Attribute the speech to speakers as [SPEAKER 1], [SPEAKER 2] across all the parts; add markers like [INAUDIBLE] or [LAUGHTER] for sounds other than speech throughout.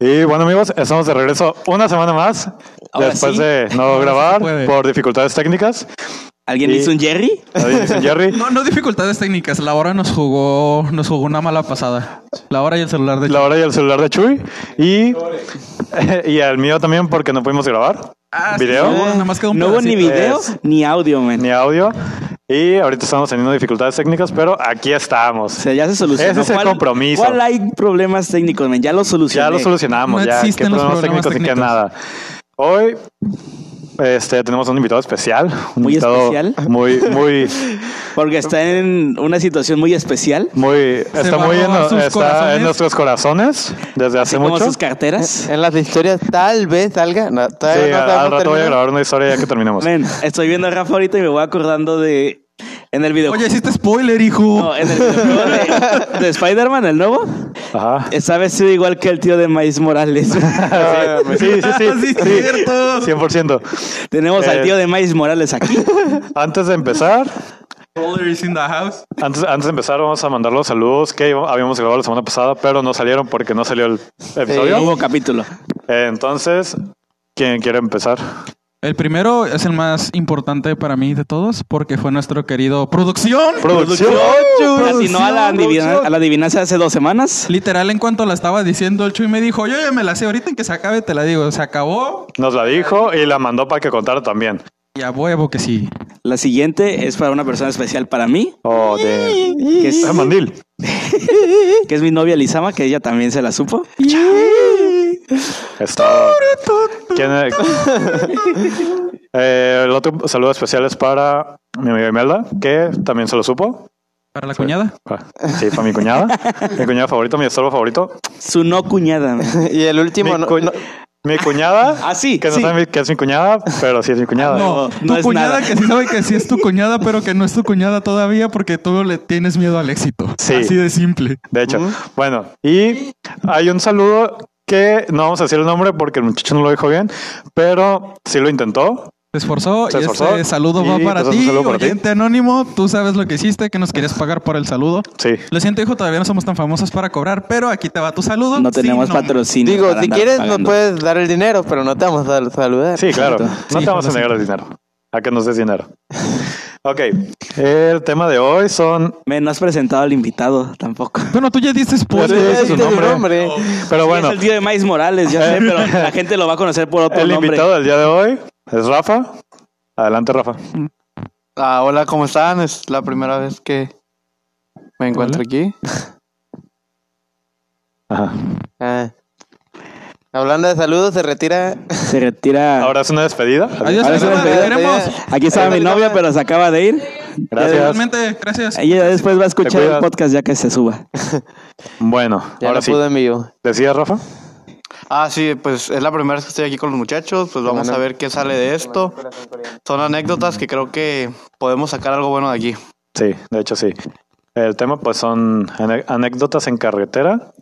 [SPEAKER 1] Y bueno amigos, estamos de regreso una semana más
[SPEAKER 2] Ahora
[SPEAKER 1] después
[SPEAKER 2] sí.
[SPEAKER 1] de no
[SPEAKER 3] Ahora sí
[SPEAKER 1] grabar
[SPEAKER 3] puede.
[SPEAKER 1] por dificultades técnicas.
[SPEAKER 2] ¿Alguien
[SPEAKER 1] Sí.
[SPEAKER 2] hizo un Jerry?
[SPEAKER 1] Ahí dicen, Jerry,
[SPEAKER 3] [LAUGHS] No, no dificultades técnicas. La hora nos jugó, nos jugó una mala pasada. La hora y el celular de
[SPEAKER 1] la hora y el celular de Chuy y [LAUGHS] y al mío también porque no pudimos grabar
[SPEAKER 3] Ah, sí,
[SPEAKER 1] video
[SPEAKER 3] No, hubo- nada más quedó un
[SPEAKER 2] no hubo ni
[SPEAKER 3] pedacito.
[SPEAKER 2] video
[SPEAKER 1] Es-
[SPEAKER 2] ni audio, man.
[SPEAKER 1] ni audio y ahorita estamos teniendo dificultades técnicas, pero aquí estamos.
[SPEAKER 2] O sea, ya se solucionó.
[SPEAKER 1] Ese es el
[SPEAKER 2] ¿Cuál-
[SPEAKER 1] compromiso.
[SPEAKER 2] ¿Cuál hay problemas técnicos, man? Ya lo solucioné.
[SPEAKER 1] Ya lo solucionamos,
[SPEAKER 3] No
[SPEAKER 1] ya. ¿Qué
[SPEAKER 3] existen los
[SPEAKER 1] problemas técnicos ni qué
[SPEAKER 3] problemas
[SPEAKER 1] nada? Hoy este, tenemos un invitado especial. Un
[SPEAKER 2] Muy
[SPEAKER 1] invitado
[SPEAKER 2] especial.
[SPEAKER 1] Muy, muy,
[SPEAKER 2] Porque está en una situación muy especial.
[SPEAKER 1] muy. está
[SPEAKER 3] va a
[SPEAKER 1] muy en,
[SPEAKER 3] robar sus
[SPEAKER 1] está
[SPEAKER 3] corazones.
[SPEAKER 1] en nuestros corazones desde hace
[SPEAKER 2] Así como
[SPEAKER 1] mucho. Eh,
[SPEAKER 2] sus carteras.
[SPEAKER 4] En las historias tal vez salga. No,
[SPEAKER 1] Sí,
[SPEAKER 4] todavía no
[SPEAKER 1] al
[SPEAKER 4] sabemos
[SPEAKER 1] rato voy a
[SPEAKER 4] terminar.
[SPEAKER 1] grabar una historia ya que terminemos.
[SPEAKER 2] Men, estoy viendo a Rafa ahorita y me voy acordando de. En el video.
[SPEAKER 3] Oye, hiciste spoiler, hijo.
[SPEAKER 2] No, en el videojuego de, de Spider-Man, el nuevo. [LAUGHS]
[SPEAKER 1] Ajá.
[SPEAKER 2] Está vestido igual que el tío de Maíz Morales.
[SPEAKER 1] [LAUGHS] Ah, Sí, sí, sí.
[SPEAKER 3] Sí,
[SPEAKER 1] sí,
[SPEAKER 3] es cierto.
[SPEAKER 1] 100%.
[SPEAKER 2] Tenemos
[SPEAKER 1] Eh.
[SPEAKER 2] al tío de Maíz Morales aquí.
[SPEAKER 1] Antes de empezar,
[SPEAKER 3] Spoiler is in the house.
[SPEAKER 1] antes, antes de empezar, vamos a mandar los saludos que habíamos grabado la semana pasada, pero no salieron porque no salió el episodio.
[SPEAKER 2] No hubo capítulo.
[SPEAKER 1] Entonces, ¿quién quiere empezar?
[SPEAKER 3] El primero es el más importante para mí de todos porque fue nuestro querido producción.
[SPEAKER 1] Producción.
[SPEAKER 2] Atinó a la, adivina-
[SPEAKER 1] producción.
[SPEAKER 2] a la adivinanza hace dos semanas.
[SPEAKER 3] Literal, en cuanto la estaba diciendo, el Chuy me dijo, yo ya me la sé, ahorita en que se acabe te la digo. Se acabó
[SPEAKER 1] Nos la dijo y la mandó para que contara también.
[SPEAKER 3] y a huevo que sí.
[SPEAKER 2] La siguiente es para una persona especial para mí,
[SPEAKER 1] Oh, de...
[SPEAKER 2] [LAUGHS] que es,
[SPEAKER 1] Ah, mandil.
[SPEAKER 2] que es mi novia Lizama, que ella también se la supo.
[SPEAKER 1] Esto. ¿Quién es? Eh, el otro saludo especial es para mi amiga Imelda, que también se lo supo.
[SPEAKER 3] Para la cuñada.
[SPEAKER 1] Ah, Sí, para mi cuñada. Mi cuñada favorito, mi estorbo favorito.
[SPEAKER 2] Su no cuñada. man.
[SPEAKER 4] [LAUGHS] Y el último.
[SPEAKER 1] Mi,
[SPEAKER 4] No,
[SPEAKER 1] cu-
[SPEAKER 4] no-
[SPEAKER 1] mi cuñada.
[SPEAKER 2] [LAUGHS] Ah, sí,
[SPEAKER 1] Que no
[SPEAKER 2] sí.
[SPEAKER 1] sabe que es mi cuñada, pero sí es mi cuñada.
[SPEAKER 2] No,
[SPEAKER 3] No, tu
[SPEAKER 2] no es
[SPEAKER 3] cuñada
[SPEAKER 2] nada.
[SPEAKER 3] que sí sabe que sí es tu cuñada, pero que no es tu cuñada todavía porque tú le tienes miedo al éxito.
[SPEAKER 1] Sí.
[SPEAKER 3] Así de simple.
[SPEAKER 1] De hecho, bueno, y hay un saludo que no vamos a decir el nombre porque el muchacho no lo dijo bien, pero sí lo intentó.
[SPEAKER 3] Se esforzó
[SPEAKER 1] Se
[SPEAKER 3] y
[SPEAKER 1] esforzó.
[SPEAKER 3] este saludo va
[SPEAKER 1] Y,
[SPEAKER 3] para
[SPEAKER 1] pues, un
[SPEAKER 3] ti,
[SPEAKER 1] saludo para ti.
[SPEAKER 3] oyente anónimo. Tú sabes lo que hiciste, que nos querías pagar por el saludo.
[SPEAKER 1] Sí.
[SPEAKER 3] Lo siento, hijo, todavía no somos tan famosos para cobrar, pero aquí te va tu saludo.
[SPEAKER 2] No
[SPEAKER 3] Sí,
[SPEAKER 2] tenemos
[SPEAKER 3] no.
[SPEAKER 2] patrocinio.
[SPEAKER 4] digo,
[SPEAKER 2] para
[SPEAKER 4] si
[SPEAKER 2] andar
[SPEAKER 4] quieres, nos
[SPEAKER 2] pagando.
[SPEAKER 4] puedes dar el dinero, pero no te vamos a dar- saludar.
[SPEAKER 1] Sí, claro. No
[SPEAKER 3] Sí,
[SPEAKER 1] te vamos a
[SPEAKER 3] joder,
[SPEAKER 1] negar el dinero. A que nos des
[SPEAKER 2] [LAUGHS]
[SPEAKER 1] dinero. Ok. El tema de hoy son.
[SPEAKER 2] Men, no has presentado al invitado
[SPEAKER 1] [LAUGHS]
[SPEAKER 2] tampoco.
[SPEAKER 3] Bueno, tú ya diste
[SPEAKER 1] Pero
[SPEAKER 3] spoiler.
[SPEAKER 1] ese es su
[SPEAKER 4] Este es su
[SPEAKER 1] nombre.
[SPEAKER 4] nombre.
[SPEAKER 1] Pero
[SPEAKER 2] Sí,
[SPEAKER 1] bueno,
[SPEAKER 2] es el tío de Maíz Morales, ya sé, pero
[SPEAKER 1] [LAUGHS]
[SPEAKER 2] la gente lo va a conocer por otro
[SPEAKER 1] el
[SPEAKER 2] nombre.
[SPEAKER 1] invitado del día de hoy es Rafa. Adelante, Rafa.
[SPEAKER 4] Ah, hola, ¿cómo están? Es la primera vez que me encuentro aquí.
[SPEAKER 1] Ajá.
[SPEAKER 4] Ah. Hablando de saludos, se retira. [LAUGHS]
[SPEAKER 2] Se retira.
[SPEAKER 1] Ahora es una despedida.
[SPEAKER 3] Adiós,
[SPEAKER 2] Ahora sí,
[SPEAKER 3] hermana,
[SPEAKER 2] despedida,
[SPEAKER 3] te queremos.
[SPEAKER 4] despedida.
[SPEAKER 2] Aquí estaba mi novia, pero se acaba de ir.
[SPEAKER 1] Gracias.
[SPEAKER 3] Realmente, gracias.
[SPEAKER 2] Ella después va a
[SPEAKER 1] Te
[SPEAKER 2] escuchar
[SPEAKER 1] cuidas.
[SPEAKER 2] el podcast ya que se suba.
[SPEAKER 1] Bueno,
[SPEAKER 4] Ya
[SPEAKER 1] ahora
[SPEAKER 4] no
[SPEAKER 1] sí.
[SPEAKER 4] pude en vivo.
[SPEAKER 1] ¿Decías, Rafa?
[SPEAKER 5] Ah, sí, pues es la primera vez que estoy aquí con los muchachos, pues vamos a ver qué sale de esto. Son anécdotas que creo que podemos sacar algo bueno de aquí.
[SPEAKER 1] Sí, de hecho sí. El tema pues son ane- anécdotas en carretera.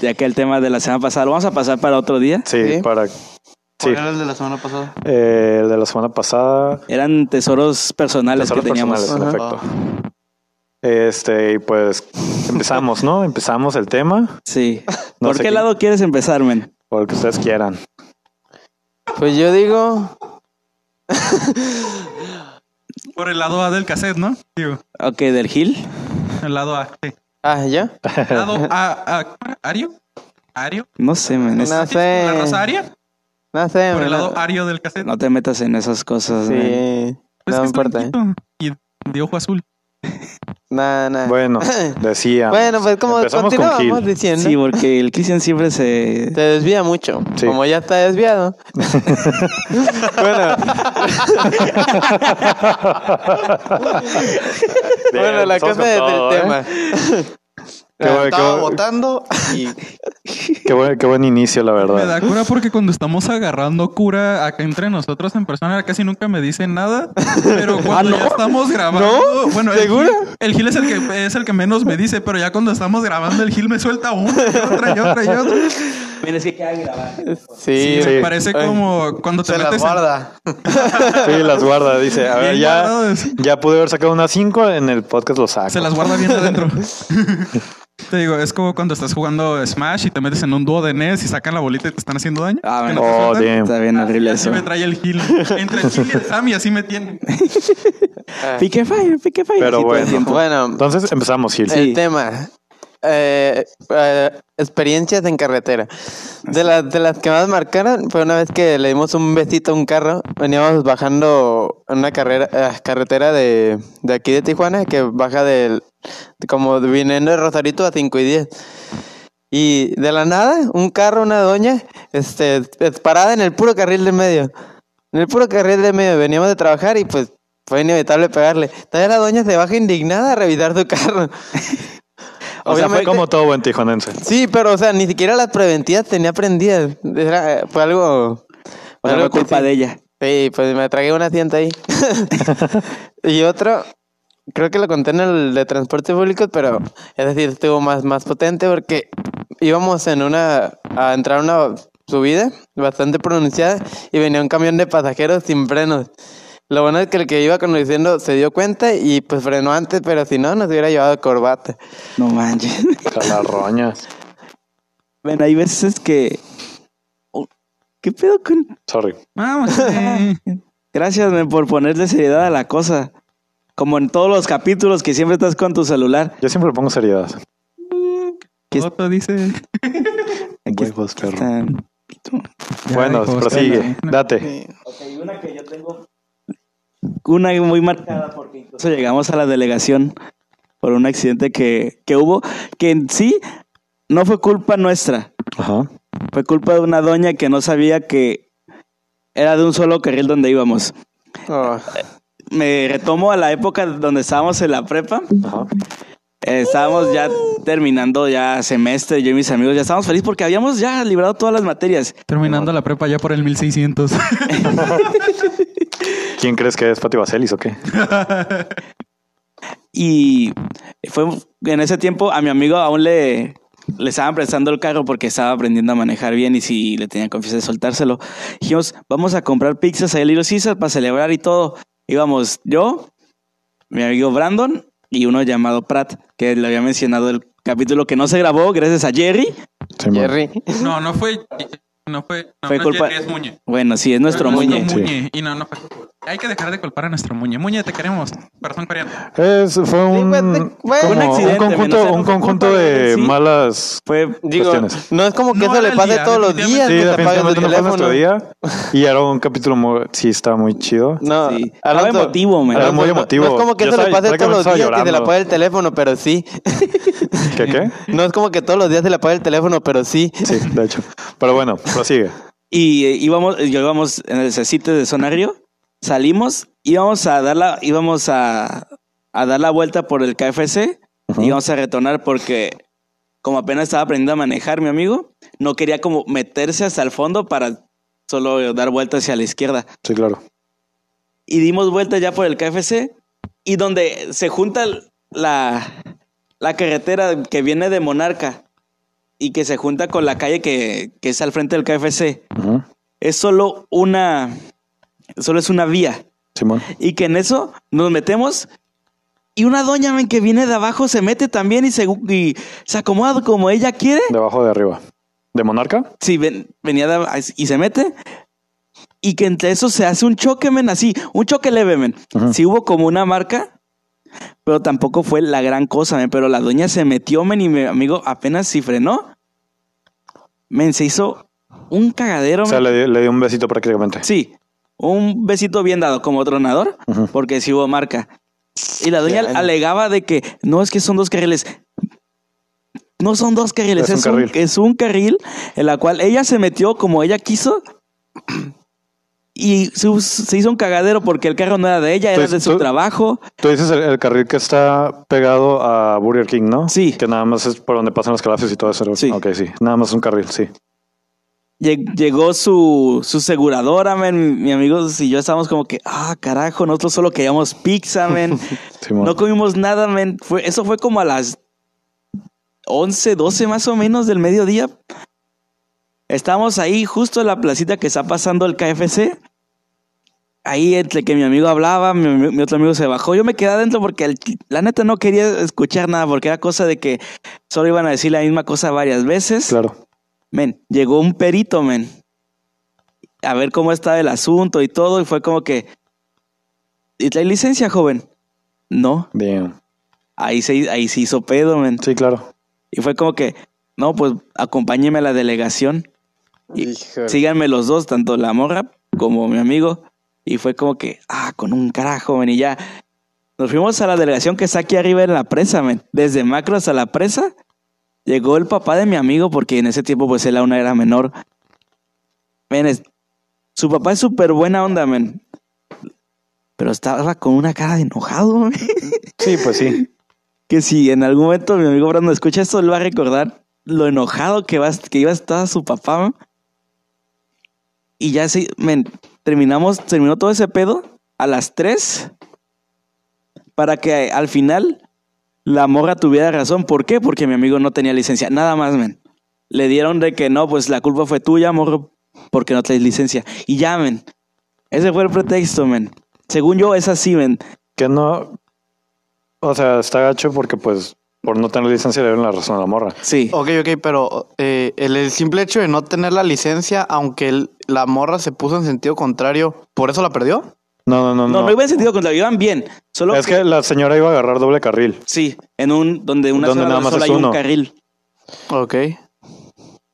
[SPEAKER 2] Ya que el tema de la semana pasada lo vamos a pasar para otro día.
[SPEAKER 1] Sí,
[SPEAKER 4] Sí.
[SPEAKER 1] para... Sí,
[SPEAKER 5] ¿Cuál era el de la semana pasada?
[SPEAKER 1] eh, el de la semana pasada.
[SPEAKER 2] Eran tesoros personales
[SPEAKER 1] Tesoros
[SPEAKER 2] que teníamos.
[SPEAKER 1] personales, en
[SPEAKER 4] Ajá.
[SPEAKER 1] efecto. Este, y pues empezamos, ¿no? Empezamos el tema
[SPEAKER 2] Sí.
[SPEAKER 1] [LAUGHS] No
[SPEAKER 2] ¿Por
[SPEAKER 1] sé
[SPEAKER 2] qué
[SPEAKER 1] quién-
[SPEAKER 2] lado quieres empezar, men?
[SPEAKER 1] por el que ustedes quieran.
[SPEAKER 4] Pues yo digo.
[SPEAKER 3] Por el lado A del cassette, ¿no? Digo,
[SPEAKER 2] Ok, del Gil.
[SPEAKER 3] el lado A. sí.
[SPEAKER 4] Ah, ¿ya?
[SPEAKER 3] Lado A. a- ¿Ario? ¿Ario?
[SPEAKER 2] No sé, men. es-
[SPEAKER 4] No sé.
[SPEAKER 3] ¿La raza Aria?
[SPEAKER 4] No sé.
[SPEAKER 3] Por
[SPEAKER 4] me-
[SPEAKER 3] el lado Ario del cassette.
[SPEAKER 2] No te metas en esas cosas, men.
[SPEAKER 4] Sí.
[SPEAKER 3] Pues
[SPEAKER 4] no
[SPEAKER 3] que
[SPEAKER 4] me
[SPEAKER 3] es
[SPEAKER 4] importa.
[SPEAKER 3] blanquito Y de ojo azul.
[SPEAKER 4] Nada, nada. [LAUGHS]
[SPEAKER 1] Bueno, decía.
[SPEAKER 4] Ah. Bueno, pues como
[SPEAKER 1] Empezamos con
[SPEAKER 4] continuamos
[SPEAKER 1] Gil.
[SPEAKER 4] diciendo.
[SPEAKER 2] Sí, porque el Cristian siempre se...
[SPEAKER 4] Se desvía mucho.
[SPEAKER 1] Sí.
[SPEAKER 4] Como ya está desviado. bueno, bueno, la cosa
[SPEAKER 1] de
[SPEAKER 4] del
[SPEAKER 3] ¿eh?
[SPEAKER 4] tema.
[SPEAKER 1] Qué bueno, qué
[SPEAKER 5] Estaba
[SPEAKER 1] bueno.
[SPEAKER 5] votando
[SPEAKER 1] [LAUGHS]
[SPEAKER 5] y
[SPEAKER 1] Qué buen, qué buen inicio, la
[SPEAKER 3] Me
[SPEAKER 1] verdad.
[SPEAKER 3] da cura porque cuando estamos agarrando cura acá entre nosotros en persona casi nunca me dicen nada,
[SPEAKER 4] [LAUGHS]
[SPEAKER 3] pero cuando ya estamos grabando, bueno, el
[SPEAKER 4] Ah, ¿Segura?
[SPEAKER 3] Gil, el Gil es el que es el que menos me dice, pero ya cuando estamos grabando el Gil me suelta una, y otra, y otra, y otra.
[SPEAKER 2] Men, es que queda grabado.
[SPEAKER 4] Sí,
[SPEAKER 3] Y
[SPEAKER 1] Sí.
[SPEAKER 3] me parece como cuando te
[SPEAKER 5] se las
[SPEAKER 3] metes en-
[SPEAKER 5] guarda.
[SPEAKER 1] Sí, las guarda, dice. A ver,
[SPEAKER 3] Bien
[SPEAKER 1] ya,
[SPEAKER 3] guardadas.
[SPEAKER 1] ya pude haber sacado una 5, en el podcast lo saco.
[SPEAKER 2] [LAUGHS]
[SPEAKER 3] se las guarda bien adentro. Te digo, es como cuando estás jugando Smash y te metes en un dúo de NES y sacan la bolita y te están haciendo daño.
[SPEAKER 2] Ah,
[SPEAKER 3] que
[SPEAKER 2] bueno.
[SPEAKER 3] no te
[SPEAKER 1] Oh,
[SPEAKER 3] sueltan.
[SPEAKER 1] damn.
[SPEAKER 2] Está bien horrible
[SPEAKER 3] Así
[SPEAKER 2] eso.
[SPEAKER 3] me trae el Gil. Entre el Gil y el Sammy, así me tiene.
[SPEAKER 2] Pique fire, pique fire.
[SPEAKER 1] Pero
[SPEAKER 2] así todo el
[SPEAKER 1] bueno.
[SPEAKER 2] tiempo.
[SPEAKER 5] Bueno,
[SPEAKER 1] Entonces empezamos, Gil.
[SPEAKER 5] el
[SPEAKER 2] Sí.
[SPEAKER 5] tema. Eh, eh, experiencias en carretera. De, las de las que más marcaron fue una vez que le dimos un besito a un carro. Veníamos bajando en una carrera, eh, carretera de, de aquí de Tijuana que baja del. como viniendo de Rosarito a 5 y 10. Y de la nada, un carro, una doña, este, es parada en el puro carril del medio. En el puro carril del medio. Veníamos de trabajar y pues fue inevitable pegarle. Todavía la doña se baja indignada a revisar su carro.
[SPEAKER 1] O sea, fue
[SPEAKER 5] Obviamente-
[SPEAKER 1] como todo buen tijuanense.
[SPEAKER 5] Sí, pero o sea, ni siquiera las preventivas tenía prendidas. Era- fue algo.
[SPEAKER 2] O sea, fue
[SPEAKER 5] algo que
[SPEAKER 2] culpa
[SPEAKER 5] sí.
[SPEAKER 2] de ella.
[SPEAKER 5] Sí, pues me tragué una tienda ahí. [LAUGHS] y otro, creo que lo conté en el de transporte público, pero es decir, estuvo más, más potente porque íbamos en una, a entrar a una subida bastante pronunciada y venía un camión de pasajeros sin frenos. Lo bueno es que el que iba conduciendo se dio cuenta y pues frenó antes, pero si no, nos hubiera llevado corbata.
[SPEAKER 2] No manches. [LAUGHS]
[SPEAKER 1] Calarroña.
[SPEAKER 2] Bueno, hay veces que. Oh, ¿Qué pedo con.?
[SPEAKER 1] Sorry.
[SPEAKER 2] [LAUGHS]
[SPEAKER 3] Vamos. eh. sí.
[SPEAKER 2] Gracias men, por ponerle seriedad a la cosa. Como en todos los capítulos que siempre estás con tu celular.
[SPEAKER 1] Yo siempre le pongo seriedad.
[SPEAKER 2] ¿Qué es- [LAUGHS]
[SPEAKER 3] Otto dice.
[SPEAKER 2] Aquí
[SPEAKER 1] Huevos, perro.
[SPEAKER 2] están.
[SPEAKER 3] Ya,
[SPEAKER 1] Bueno,
[SPEAKER 3] hijos,
[SPEAKER 1] prosigue.
[SPEAKER 3] espérame.
[SPEAKER 1] Date.
[SPEAKER 2] una que yo tengo. Una muy marcada [LAUGHS] porque incluso llegamos a la delegación por un accidente que, que hubo, que en sí no fue culpa nuestra,
[SPEAKER 1] Ajá.
[SPEAKER 2] fue culpa de una doña que no sabía que era de un solo carril donde íbamos.
[SPEAKER 5] Oh.
[SPEAKER 2] Me retomo a la época donde estábamos en la prepa,
[SPEAKER 1] Ajá.
[SPEAKER 2] eh, estábamos ya terminando ya semestre, yo y mis amigos ya estábamos felices porque habíamos ya librado todas las materias.
[SPEAKER 3] Terminando la prepa ya por
[SPEAKER 2] [LAUGHS]
[SPEAKER 3] el 1600.
[SPEAKER 1] ¿Quién crees que es Pati Vaselis o qué?
[SPEAKER 2] Y fue en ese tiempo a mi amigo aún le, le estaban prestando el carro porque estaba aprendiendo a manejar bien y si le tenía confianza de soltárselo. Dijimos, vamos a comprar pizzas a El Little Caesar para celebrar y todo. Íbamos yo, mi amigo Brandon y uno llamado Pratt, que le había mencionado el capítulo que no se grabó gracias a Jerry.
[SPEAKER 1] Sí, man.
[SPEAKER 5] Jerry.
[SPEAKER 3] No, no fue. No fue. No,
[SPEAKER 2] Fue
[SPEAKER 3] no es
[SPEAKER 2] culpa-
[SPEAKER 3] Jerry, es Muñe.
[SPEAKER 2] Bueno, sí, es nuestro
[SPEAKER 3] Es
[SPEAKER 2] muñe.
[SPEAKER 1] Sí.
[SPEAKER 3] Y no, no fue. Hay que dejar de culpar a nuestro Muñe. Muñe, te queremos. Corazón coreano.
[SPEAKER 1] Es, fue un,
[SPEAKER 5] pues, de- fue
[SPEAKER 1] como
[SPEAKER 5] un
[SPEAKER 1] un
[SPEAKER 2] accidente,
[SPEAKER 1] conjunto,
[SPEAKER 2] menos
[SPEAKER 1] un
[SPEAKER 2] era
[SPEAKER 1] conjunto
[SPEAKER 2] culpa de
[SPEAKER 1] de
[SPEAKER 2] él, sí.
[SPEAKER 1] malas
[SPEAKER 2] Fue
[SPEAKER 5] Digo,
[SPEAKER 1] cuestiones.
[SPEAKER 5] no es como que
[SPEAKER 3] No
[SPEAKER 5] eso
[SPEAKER 3] era
[SPEAKER 5] le
[SPEAKER 3] el
[SPEAKER 5] pase
[SPEAKER 3] día,
[SPEAKER 5] todos los días
[SPEAKER 3] definitivamente.
[SPEAKER 1] Sí,
[SPEAKER 5] que te apagues el
[SPEAKER 1] definitivamente no fue
[SPEAKER 5] teléfono.
[SPEAKER 1] nuestro día. Y era un capítulo muy, sí, está muy
[SPEAKER 5] [LAUGHS]
[SPEAKER 1] chido.
[SPEAKER 5] No,
[SPEAKER 2] sí.
[SPEAKER 5] Alonso,
[SPEAKER 2] Estaba emotivo, man.
[SPEAKER 1] Era muy
[SPEAKER 5] Alonso, no-
[SPEAKER 1] emotivo.
[SPEAKER 5] No es como que
[SPEAKER 1] Yo
[SPEAKER 5] eso le
[SPEAKER 1] estaba-
[SPEAKER 5] pase todos los
[SPEAKER 1] prácticamente
[SPEAKER 5] días
[SPEAKER 1] estaba
[SPEAKER 5] que se le
[SPEAKER 1] llorando.
[SPEAKER 5] apague el teléfono, pero sí. [LAUGHS]
[SPEAKER 1] ¿Qué qué?
[SPEAKER 5] No es como que todos los días se le apague el teléfono, pero sí.
[SPEAKER 1] Sí, de hecho. Pero bueno, prosigue.
[SPEAKER 2] Y eh, íbamos, yo íbamos en el cecite de Sonario, salimos, íbamos a dar la, íbamos a, a dar la vuelta por el KFC,
[SPEAKER 1] Ujú.
[SPEAKER 2] íbamos a retornar porque como apenas estaba aprendiendo a manejar mi amigo, no quería como meterse hasta el fondo para solo dar vuelta hacia la izquierda.
[SPEAKER 1] Sí, claro.
[SPEAKER 2] Y dimos vuelta ya por el KFC y donde se junta la, la carretera que viene de Monarca y que se junta con la calle que, que es al frente del KFC
[SPEAKER 1] Ujú.
[SPEAKER 2] es solo una, solo es una vía.
[SPEAKER 1] Simón.
[SPEAKER 2] Y que en eso nos metemos y una doña men, que viene de abajo se mete también y se, y se acomoda como ella quiere.
[SPEAKER 1] Debajo de arriba. ¿De Monarca?
[SPEAKER 2] Sí, ven- venía de ab- y se mete. Y que entre eso se hace un choque, men, así, un choque leve, men.
[SPEAKER 1] Ujú.
[SPEAKER 2] Sí hubo como una marca, pero tampoco fue la gran cosa, men. Pero la doña se metió, men, y mi amigo apenas si frenó. Men, se hizo un cagadero,
[SPEAKER 1] O sea,
[SPEAKER 2] men.
[SPEAKER 1] le, di- le dio un besito prácticamente.
[SPEAKER 2] Sí, un besito bien dado como tronador,
[SPEAKER 1] Ujú.
[SPEAKER 2] porque sí hubo marca. Y la doña
[SPEAKER 5] Chale.
[SPEAKER 2] alegaba de que no es que son dos carriles. No son dos carriles,
[SPEAKER 1] Es un
[SPEAKER 2] es, un,
[SPEAKER 1] carril.
[SPEAKER 2] es un carril en la cual ella se metió como ella quiso y su- se hizo un cagadero porque el carro no era de ella, era
[SPEAKER 1] Entonces,
[SPEAKER 2] de su
[SPEAKER 1] Pues tú-
[SPEAKER 2] trabajo.
[SPEAKER 1] Tú dices el, el carril que está pegado a Burger King, ¿no?
[SPEAKER 2] Sí.
[SPEAKER 1] Que nada más es por donde pasan los calafes y todo eso.
[SPEAKER 2] Sí.
[SPEAKER 1] Ok, sí. Nada más un carril, sí.
[SPEAKER 2] Lle- Llegó su, su aseguradora, men. Mi, mi amigo y yo estábamos como que, ah, carajo, nosotros solo queríamos
[SPEAKER 1] [LAUGHS]
[SPEAKER 2] pizza, men.
[SPEAKER 1] Simón.
[SPEAKER 2] No comimos nada, men. Fue, eso fue como a las 11, 12 más o menos del mediodía. Estábamos ahí justo en la placita que está pasando el KFC. ahí entre que mi amigo hablaba, mi, mi- mi otro amigo se bajó. Yo me quedé adentro porque el- la neta no quería escuchar nada, porque era cosa de que solo iban a decir la misma cosa varias veces.
[SPEAKER 1] Claro.
[SPEAKER 2] Men, llegó un perito, men, a ver cómo estaba el asunto y todo, y fue como que. ¿Y trae licencia, joven? No,
[SPEAKER 1] Bien.
[SPEAKER 2] ahí se, ahí se hizo pedo, men.
[SPEAKER 1] Sí, claro.
[SPEAKER 2] Y fue como que, no, pues acompáñeme a la delegación. Y
[SPEAKER 5] Híjole.
[SPEAKER 2] síganme los dos, tanto la morra como mi amigo. Y fue como que, ah, con un carajo, men. Y ya nos fuimos a la delegación que está aquí arriba en la presa, men. Desde Macro hasta la presa. Llegó el papá de mi amigo, porque en ese tiempo, pues él aún era menor. Men, es- su papá es súper buena onda, men. Pero estaba con una cara de enojado, men
[SPEAKER 1] Sí, pues sí.
[SPEAKER 2] que si en algún momento mi amigo Brando escucha esto, él va a recordar lo enojado que, va, que iba a estar su papá. ¿no? Y ya sí, men, terminamos, terminó todo ese pedo a las 3 para que al final la morra tuviera razón. ¿Por qué? Porque mi amigo no tenía licencia. Nada más, men. Le dieron de que no, pues la culpa fue tuya, morro, porque no traes licencia. Y ya, men. Ese fue el pretexto, men. Según yo, es así, men.
[SPEAKER 1] Que no. O sea, está gacho porque, pues, por no tener licencia le dieron la razón a la morra.
[SPEAKER 2] Sí.
[SPEAKER 4] Ok, ok, pero eh, el, el simple hecho de no tener la licencia, aunque el- la morra se puso en sentido contrario, ¿por eso la perdió?
[SPEAKER 1] No, no, no.
[SPEAKER 2] No,
[SPEAKER 1] No,
[SPEAKER 2] no iba en sentido contrario, iban bien. Solo
[SPEAKER 1] Es que la señora iba a agarrar doble carril.
[SPEAKER 2] Sí, en un donde una
[SPEAKER 1] Donde
[SPEAKER 2] sola
[SPEAKER 1] nada más
[SPEAKER 2] persona
[SPEAKER 1] es
[SPEAKER 2] y un
[SPEAKER 1] uno. Mm.
[SPEAKER 2] carril.
[SPEAKER 4] Ok.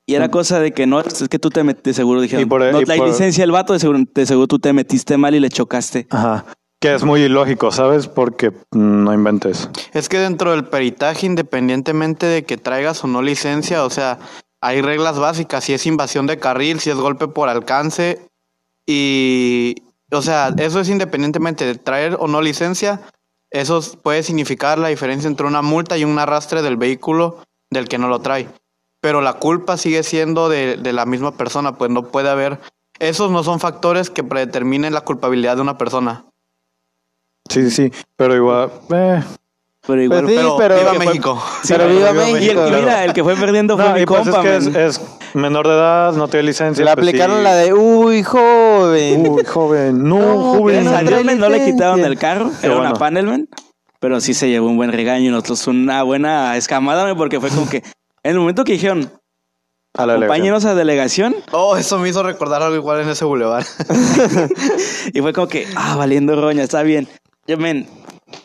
[SPEAKER 2] Y era cosa de que no, es que tú te metiste, seguro dijeron,
[SPEAKER 1] Y por-
[SPEAKER 2] no
[SPEAKER 1] y
[SPEAKER 2] traes
[SPEAKER 1] por-
[SPEAKER 2] licencia el vato, de seguro, de seguro tú te metiste mal y le chocaste.
[SPEAKER 1] Ajá. Que es muy ilógico, ¿sabes? Porque mm, no inventes.
[SPEAKER 4] Es que dentro del peritaje, independientemente de que traigas o no licencia, o sea, hay reglas básicas, si es invasión de carril, si es golpe por alcance, y, o sea, eso es independientemente de traer o no licencia, eso s- puede significar la diferencia entre una multa y un arrastre del vehículo del que no lo trae. Pero la culpa sigue siendo de, de la misma persona, pues no puede haber... Esos no son factores que predeterminen la culpabilidad de una persona.
[SPEAKER 1] Sí, sí, sí. Pero igual. eh.
[SPEAKER 2] Pero igual.
[SPEAKER 5] Pues Sí,
[SPEAKER 4] pero,
[SPEAKER 5] pero-
[SPEAKER 4] viva
[SPEAKER 5] que fue-
[SPEAKER 4] México.
[SPEAKER 5] pero viva México.
[SPEAKER 2] y el, y mira, el que fue perdiendo fue
[SPEAKER 1] No,
[SPEAKER 2] mi
[SPEAKER 1] y pues
[SPEAKER 2] compa,
[SPEAKER 1] es
[SPEAKER 2] men.
[SPEAKER 1] que es, es menor de edad, no tiene licencia.
[SPEAKER 5] Le
[SPEAKER 1] pues
[SPEAKER 5] aplicaron
[SPEAKER 1] sí.
[SPEAKER 5] la de, uy, joven.
[SPEAKER 1] Uy,
[SPEAKER 5] [LAUGHS]
[SPEAKER 1] joven. No,
[SPEAKER 5] No,
[SPEAKER 2] Le
[SPEAKER 1] joven.
[SPEAKER 5] no
[SPEAKER 2] salió,
[SPEAKER 5] trae
[SPEAKER 2] men, no le
[SPEAKER 5] licencia.
[SPEAKER 2] quitaron el carro,
[SPEAKER 1] Qué
[SPEAKER 2] era una
[SPEAKER 1] bueno.
[SPEAKER 2] panel, men. Pero sí se llevó un buen regaño y nosotros una buena escamada, men, porque fue como que en el momento que dijeron,
[SPEAKER 1] A la elección.
[SPEAKER 2] compañeros a delegación,
[SPEAKER 4] Oh, eso me hizo recordar algo igual en ese
[SPEAKER 3] [LAUGHS]
[SPEAKER 4] bulevar.
[SPEAKER 2] Y fue como que, ah, valiendo roña, está bien. Yo, men,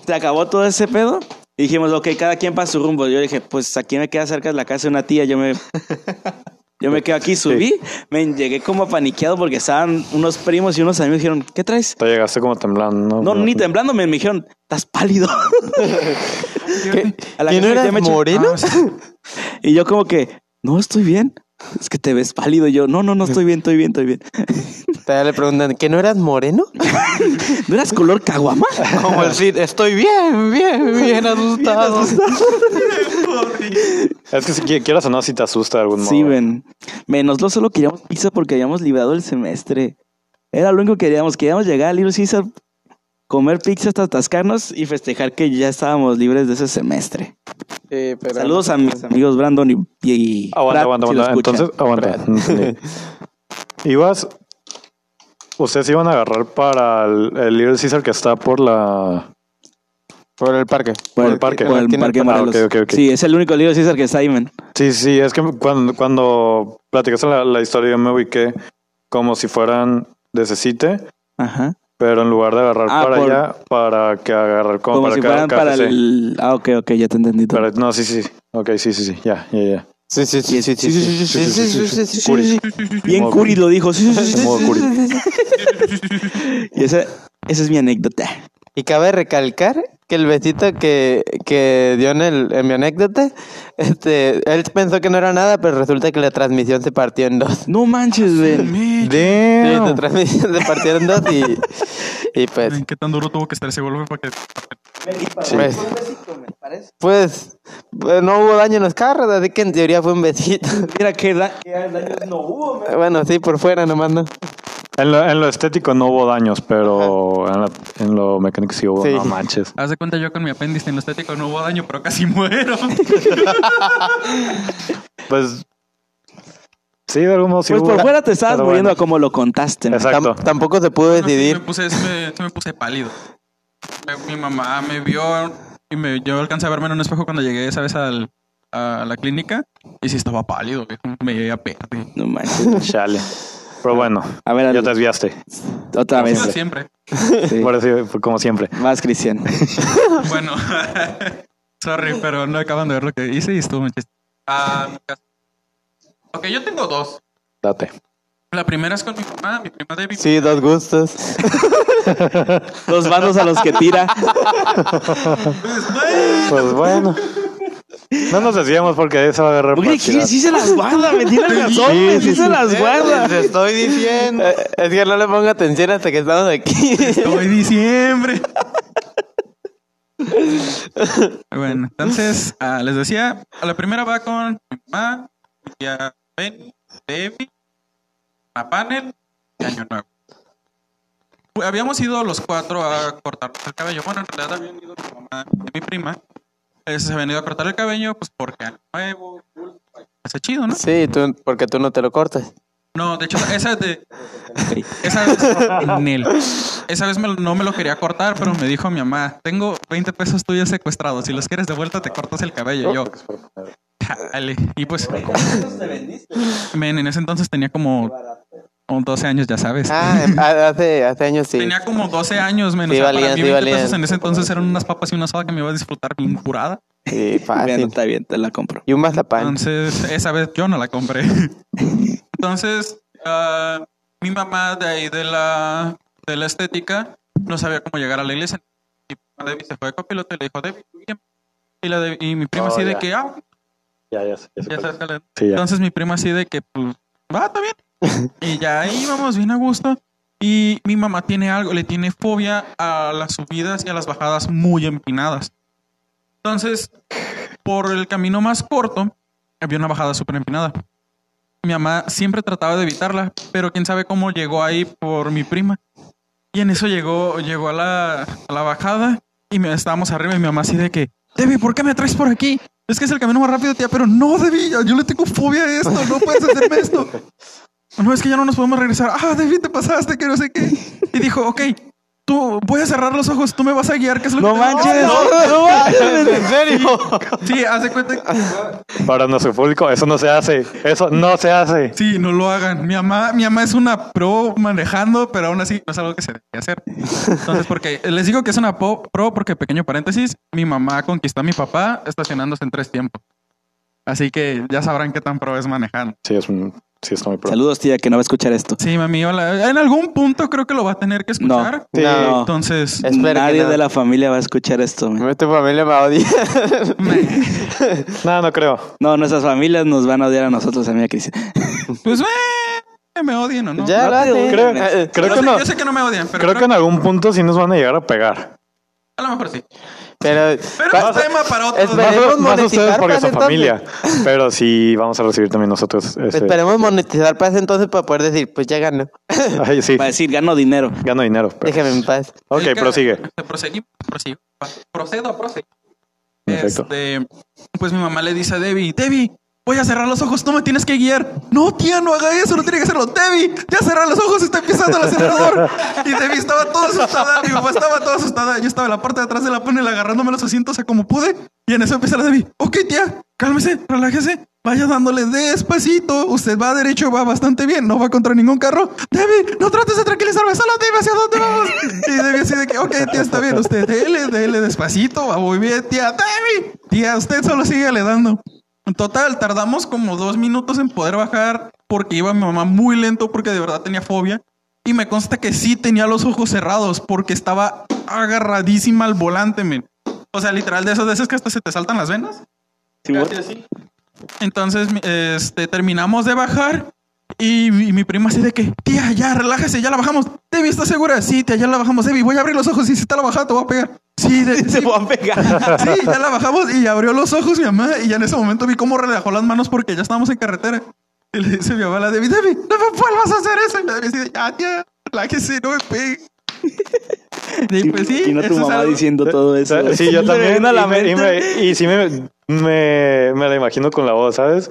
[SPEAKER 2] se acabó todo ese pedo. Y dijimos, ok, cada quien para su rumbo. Yo dije, pues aquí me queda cerca de la casa de una tía. Yo me, yo me quedo aquí, subí. Men, llegué como paniqueado porque estaban unos primos y unos amigos. Dijeron, ¿qué traes?
[SPEAKER 1] Te llegaste como temblando.
[SPEAKER 2] No, ni temblando, men, me dijeron, estás [LAUGHS] pálido. A la
[SPEAKER 5] ¿Quién
[SPEAKER 2] casa de
[SPEAKER 5] era?
[SPEAKER 2] tía Meche.
[SPEAKER 5] ¿Moreno?
[SPEAKER 2] [LAUGHS] Y yo, como que, no, estoy bien. Es que te ves pálido. Y yo, no, no, no, estoy bien, estoy bien, estoy bien.
[SPEAKER 5] Todavía le preguntan, ¿que no eras
[SPEAKER 1] [LAUGHS]
[SPEAKER 5] moreno?
[SPEAKER 2] ¿No eras color [LAUGHS] caguama?
[SPEAKER 4] Como el Cid, estoy bien, bien, bien asustado.
[SPEAKER 1] Es que si qui- quieras o no, si te asusta de algún modo.
[SPEAKER 2] Sí, ven. Men, nosotros solo queríamos pizza porque habíamos librado el semestre. Era lo único que queríamos. Queríamos llegar a Little Caesar, comer pizza hasta atascarnos y festejar que ya estábamos libres de ese semestre.
[SPEAKER 5] Sí, pero...
[SPEAKER 2] Saludos a mis amigos Brandon y, y
[SPEAKER 1] Aguanta,
[SPEAKER 2] Brad,
[SPEAKER 1] aguanta,
[SPEAKER 2] si lo
[SPEAKER 1] aguanta.
[SPEAKER 2] escuchan.
[SPEAKER 1] Entonces, aguanta. no entendí. Ibas. Ustedes iban a agarrar para el, el Little Caesar que está por la.
[SPEAKER 5] Por el parque.
[SPEAKER 1] por el parque.
[SPEAKER 2] Por el
[SPEAKER 5] Tiene
[SPEAKER 2] parque
[SPEAKER 1] el parque.
[SPEAKER 2] Morelos.
[SPEAKER 1] Ah, ok, ok, ok.
[SPEAKER 2] Sí, es el único Little Caesar que está ahí, men.
[SPEAKER 1] Sí, sí, es que cuando, cuando platicaste la, la historia, yo me ubiqué como si fueran de Cecite,
[SPEAKER 2] Ajá.
[SPEAKER 1] pero en lugar de agarrar
[SPEAKER 2] Ah,
[SPEAKER 1] para
[SPEAKER 2] por-
[SPEAKER 1] allá, para que agarrar como,
[SPEAKER 2] Como,
[SPEAKER 1] para
[SPEAKER 2] si
[SPEAKER 1] acá,
[SPEAKER 2] fueran
[SPEAKER 1] acá,
[SPEAKER 2] para
[SPEAKER 1] sí.
[SPEAKER 2] el... Ah, ok, ok, ya te entendí. todo.
[SPEAKER 1] Pero- no, sí, sí. sí. Ok, sí, sí, sí. Ya, ya, ya.
[SPEAKER 5] Sí, sí, sí, sí, sí, sí, sí, sí, sí, sí, sí, sí,
[SPEAKER 1] Curi.
[SPEAKER 5] sí.
[SPEAKER 2] Bien
[SPEAKER 1] modo
[SPEAKER 2] Curi lo dijo. Sí, sí, sí,
[SPEAKER 1] En
[SPEAKER 2] sí.
[SPEAKER 1] modo Curi.
[SPEAKER 2] [LAUGHS] Y esa, esa es mi anécdota.
[SPEAKER 5] Y cabe recalcar que el besito que, que dio en, el, en mi anécdota, este, él pensó que no era nada, pero resulta que la transmisión se partió en dos.
[SPEAKER 2] No manches, Pues men.
[SPEAKER 5] Sí, la
[SPEAKER 1] Damn.
[SPEAKER 5] transmisión se partió en dos y, y pues,
[SPEAKER 3] ¿Qué tan duro tuvo que estar ese golpe para que
[SPEAKER 5] pues, pues, pues, no hubo daño en los carros, así que en teoría fue un [LAUGHS] besito. Eh,
[SPEAKER 2] Mira qué da-
[SPEAKER 5] Bueno, sí, por fuera nomás, ¿no?
[SPEAKER 1] En lo, en lo estético no hubo daños, pero en, la- en lo mecánico sí hubo.
[SPEAKER 5] Sí.
[SPEAKER 1] No manches.
[SPEAKER 3] Haz de cuenta yo con mi apéndice en lo estético no hubo daño, [LAUGHS] pero casi muero.
[SPEAKER 1] Pues Sí, de algún modo sí
[SPEAKER 2] Pues
[SPEAKER 1] hubo-
[SPEAKER 2] por fuera te estabas
[SPEAKER 1] pero
[SPEAKER 2] muriendo a
[SPEAKER 1] bueno.
[SPEAKER 2] como lo contaste. ¿no?
[SPEAKER 1] Exacto.
[SPEAKER 5] Tam- tampoco se pudo
[SPEAKER 3] No, sí,
[SPEAKER 5] decidir.
[SPEAKER 3] me puse, sí me, sí me puse pálido. Me- Mi mamá me vio y me, yo alcancé a verme en un espejo cuando llegué esa vez al- a la clínica y sí estaba pálido, güey. me llegué a perte.
[SPEAKER 2] No manches.
[SPEAKER 1] Chale. Pero bueno,
[SPEAKER 2] A ver,
[SPEAKER 1] ya
[SPEAKER 2] Ale,
[SPEAKER 1] te desviaste.
[SPEAKER 2] otra vez.
[SPEAKER 3] Siempre.
[SPEAKER 2] Sí.
[SPEAKER 1] Por así- fue como siempre.
[SPEAKER 2] Vas, Cristian.
[SPEAKER 3] Bueno, [LAUGHS] sorry, pero no acaban de ver lo que hice y estuvo muy chiste. Ah, mi caso. ok, yo tengo dos.
[SPEAKER 1] Date.
[SPEAKER 3] La primera es con mi mamá, mi prima Debbie.
[SPEAKER 5] Sí, dos gustos.
[SPEAKER 2] Los bandos a los que tira.
[SPEAKER 3] Pues, güey,
[SPEAKER 1] Pues bueno. No nos desviamos porque de esa va a agarrar
[SPEAKER 2] Oye,
[SPEAKER 1] partida.
[SPEAKER 2] ¿qué? Sí se las guarda, me tiene razón,
[SPEAKER 1] Sí,
[SPEAKER 2] me
[SPEAKER 1] sí,
[SPEAKER 2] se
[SPEAKER 1] sí.
[SPEAKER 2] las
[SPEAKER 4] Les
[SPEAKER 2] guarda.
[SPEAKER 4] estoy diciendo.
[SPEAKER 5] Eh, es que no le pongo atención hasta que estamos aquí.
[SPEAKER 3] estoy diciembre. [LAUGHS] bueno, entonces ah, les decía, a la primera va con mi mamá, mi tía Penny, Debbie, a panel y año nuevo. Pues, Habíamos ido los cuatro a cortarnos el cabello. Bueno, en realidad habían ido mi mamá y mi prima. Eh, se habían ido a cortar el cabello, pues porque año nuevo, hace chido, ¿no?
[SPEAKER 5] [LAUGHS] Sí, tú, porque tú no te lo cortas.
[SPEAKER 3] No, de hecho, esa de. Esa vez. en él. Esa vez me lo- no me lo quería cortar, pero me dijo mi mamá: Tengo 20 pesos tuyos secuestrados. Si los quieres de vuelta, te cortas el cabello. Y yo. Dale. Y pues. Men, en ese entonces tenía como. como 12 años, ya sabes.
[SPEAKER 5] Ah, em- a- hace, hace años sí.
[SPEAKER 3] Tenía como 12 años, men.
[SPEAKER 5] Sí
[SPEAKER 3] o sea, para
[SPEAKER 5] valían,
[SPEAKER 3] mí
[SPEAKER 5] sí
[SPEAKER 3] 20 pesos
[SPEAKER 5] valían.
[SPEAKER 3] en ese entonces eran unas papas y una soda que me iba a disfrutar bien curada.
[SPEAKER 5] Sí,
[SPEAKER 2] Bueno,
[SPEAKER 5] [LAUGHS] fácil.
[SPEAKER 2] está bien, te la compro.
[SPEAKER 5] Y un mazapán.
[SPEAKER 3] Entonces, esa vez yo no
[SPEAKER 1] [LAUGHS]
[SPEAKER 3] la compré. Entonces, ah, mi mamá de ahí de la, de la estética no sabía cómo llegar a la iglesia. Y Debbie se fue de copiloto y le dijo, Debbie, tú guíame". y, la de- y mi prima
[SPEAKER 1] Oh,
[SPEAKER 3] así de
[SPEAKER 1] ya.
[SPEAKER 3] que, ah,
[SPEAKER 1] Ya, ya, sé, ya sé
[SPEAKER 3] ya
[SPEAKER 1] cuál
[SPEAKER 3] sabes cuál es.
[SPEAKER 1] es. Sí, ya.
[SPEAKER 3] Entonces mi prima así de que, pues, va, está bien. Y ya ahí íbamos bien a gusto. Y mi mamá tiene algo, le tiene fobia a las subidas y a las bajadas muy empinadas. Entonces, por el camino más corto, había una bajada súper empinada. Mi mamá siempre trataba de evitarla, pero quién sabe cómo llegó ahí por mi prima. Y en eso llegó, llegó a la, a la bajada y me, estábamos arriba y mi mamá así de que, Debbie, ¿por qué me traes por aquí? Es que es el camino más rápido, tía, pero no, Debbie, yo le tengo fobia a esto, no puedes hacerme esto. [LAUGHS] No, es que ya no nos podemos regresar. Ah, Debbie, te pasaste, que no sé qué. Y dijo, ok, tú voy a cerrar los ojos, tú me vas a guiar, que es lo
[SPEAKER 2] No
[SPEAKER 3] que... [LAUGHS]
[SPEAKER 2] manches, no
[SPEAKER 4] ¿En serio?
[SPEAKER 3] Sí, haz de cuenta que...
[SPEAKER 1] Para nuestro público, eso no se hace. Eso no se hace.
[SPEAKER 3] Sí, no lo hagan. Mi mamá, mi mamá es una pro manejando, pero aún así no es algo que se debe hacer. Entonces, porque les digo que es una po- pro porque, pequeño paréntesis, mi mamá conquistó a mi papá estacionándose en tres tiempos. Así que ya sabrán qué tan pro es manejando.
[SPEAKER 1] Sí, es un, sí está muy pro.
[SPEAKER 2] Saludos, tía, que no va a escuchar esto.
[SPEAKER 3] Sí, mami, hola. En algún punto creo que lo va a tener que
[SPEAKER 2] No.
[SPEAKER 3] escuchar.
[SPEAKER 5] Sí.
[SPEAKER 2] No. [LAUGHS]
[SPEAKER 3] Entonces,
[SPEAKER 5] Espero
[SPEAKER 2] Nadie
[SPEAKER 5] que no.
[SPEAKER 2] de la familia va a escuchar esto. man.
[SPEAKER 5] Tu familia me odia.
[SPEAKER 3] me-
[SPEAKER 1] No, no creo.
[SPEAKER 2] No, nuestras familias nos van a odiar a nosotros, a mí, a Cristian.
[SPEAKER 3] pues eh, me odian o no.
[SPEAKER 2] no
[SPEAKER 5] ya lo
[SPEAKER 2] te
[SPEAKER 5] hace.
[SPEAKER 2] creo-
[SPEAKER 5] Eh,
[SPEAKER 1] Creo
[SPEAKER 3] yo,
[SPEAKER 1] que
[SPEAKER 3] sé,
[SPEAKER 1] no.
[SPEAKER 3] yo sé que no me odian, pero
[SPEAKER 1] Creo que en algún punto sí nos van a llegar a pegar.
[SPEAKER 3] a lo mejor sí.
[SPEAKER 5] Pero,
[SPEAKER 3] Pero
[SPEAKER 5] va-
[SPEAKER 3] es tema para otro.
[SPEAKER 5] es-
[SPEAKER 1] Más, más
[SPEAKER 5] Esperemos monetizar
[SPEAKER 1] ustedes porque
[SPEAKER 5] para
[SPEAKER 1] son
[SPEAKER 5] entonces.
[SPEAKER 1] familia. Pero sí vamos a recibir también nosotros. este, ese-
[SPEAKER 5] esperemos monetizar para ese entonces para poder decir, pues ya ganó.
[SPEAKER 1] [LAUGHS] Ay, sí,
[SPEAKER 2] Va a
[SPEAKER 5] pues,
[SPEAKER 2] decir, gano dinero.
[SPEAKER 1] gano dinero. pero-
[SPEAKER 5] Déjame en paz.
[SPEAKER 1] Ok,
[SPEAKER 3] El que- este,
[SPEAKER 1] prosigue.
[SPEAKER 3] Proseguimos, prosigo. Procedo, proseguimos.
[SPEAKER 1] Perfecto.
[SPEAKER 3] Este, pues mi mamá le dice a Debbie, Debbie, voy a cerrar los ojos, tú me tienes que guiar. No, tía, no haga eso, no tiene que hacerlo. Debbie, ya cerrar los ojos, está empezando el acelerador. Y Debbie estaba toda asustada, mi mamá estaba toda asustada. Yo estaba en la parte de atrás de la panel agarrándome los asientos a como pude. Y en eso empieza la Debbie, ok, tía, cálmese, relájese, vaya dándole despacito. Usted va derecho, va bastante bien, no va contra ningún carro. Debbie, no trates de tranquilizarme, solo dime hacia dónde vamos. Y Debbie así de que, ok, tía, está bien, usted dele, dele despacito, va muy bien, tía, Debbie. Tía, usted solo sigue le dando. En total, tardamos como dos minutos en poder bajar porque iba mi mamá muy lento porque de verdad tenía fobia. Y me consta que sí tenía los ojos cerrados porque estaba agarradísima al volante, men. O sea, literal, de esas veces que hasta se te saltan las venas. Casi así. Entonces, mi- este, terminamos de bajar y mi, mi prima así de que, tía, ya, relájese, ya la bajamos. Debbie, ¿estás segura? Sí, tía, ya la bajamos. Debbie, voy a abrir los ojos y si está la bajada te voy a pegar.
[SPEAKER 2] [LAUGHS]
[SPEAKER 3] Sí, de, sí,
[SPEAKER 2] a pegar.
[SPEAKER 3] [LAUGHS] Sí, ya la bajamos y abrió los ojos mi mamá y ya en ese momento vi cómo relajó las manos porque ya estábamos en carretera. Y le dice mi mamá a la Debbie, Debbie, no me vuelvas a hacer eso. Y la Debbie dice, ya, tía, relájese, no me pegue. [LAUGHS] Y pues sí,
[SPEAKER 2] y no
[SPEAKER 3] eso
[SPEAKER 2] tu
[SPEAKER 3] es
[SPEAKER 2] mamá
[SPEAKER 3] algo-
[SPEAKER 2] diciendo todo eso. [LAUGHS] güey.
[SPEAKER 1] Eh, Sí, yo
[SPEAKER 2] Me
[SPEAKER 1] también.
[SPEAKER 2] viene a la
[SPEAKER 1] y, me- y
[SPEAKER 2] mente.
[SPEAKER 1] me- y sí me, me, me la imagino con la voz, ¿sabes?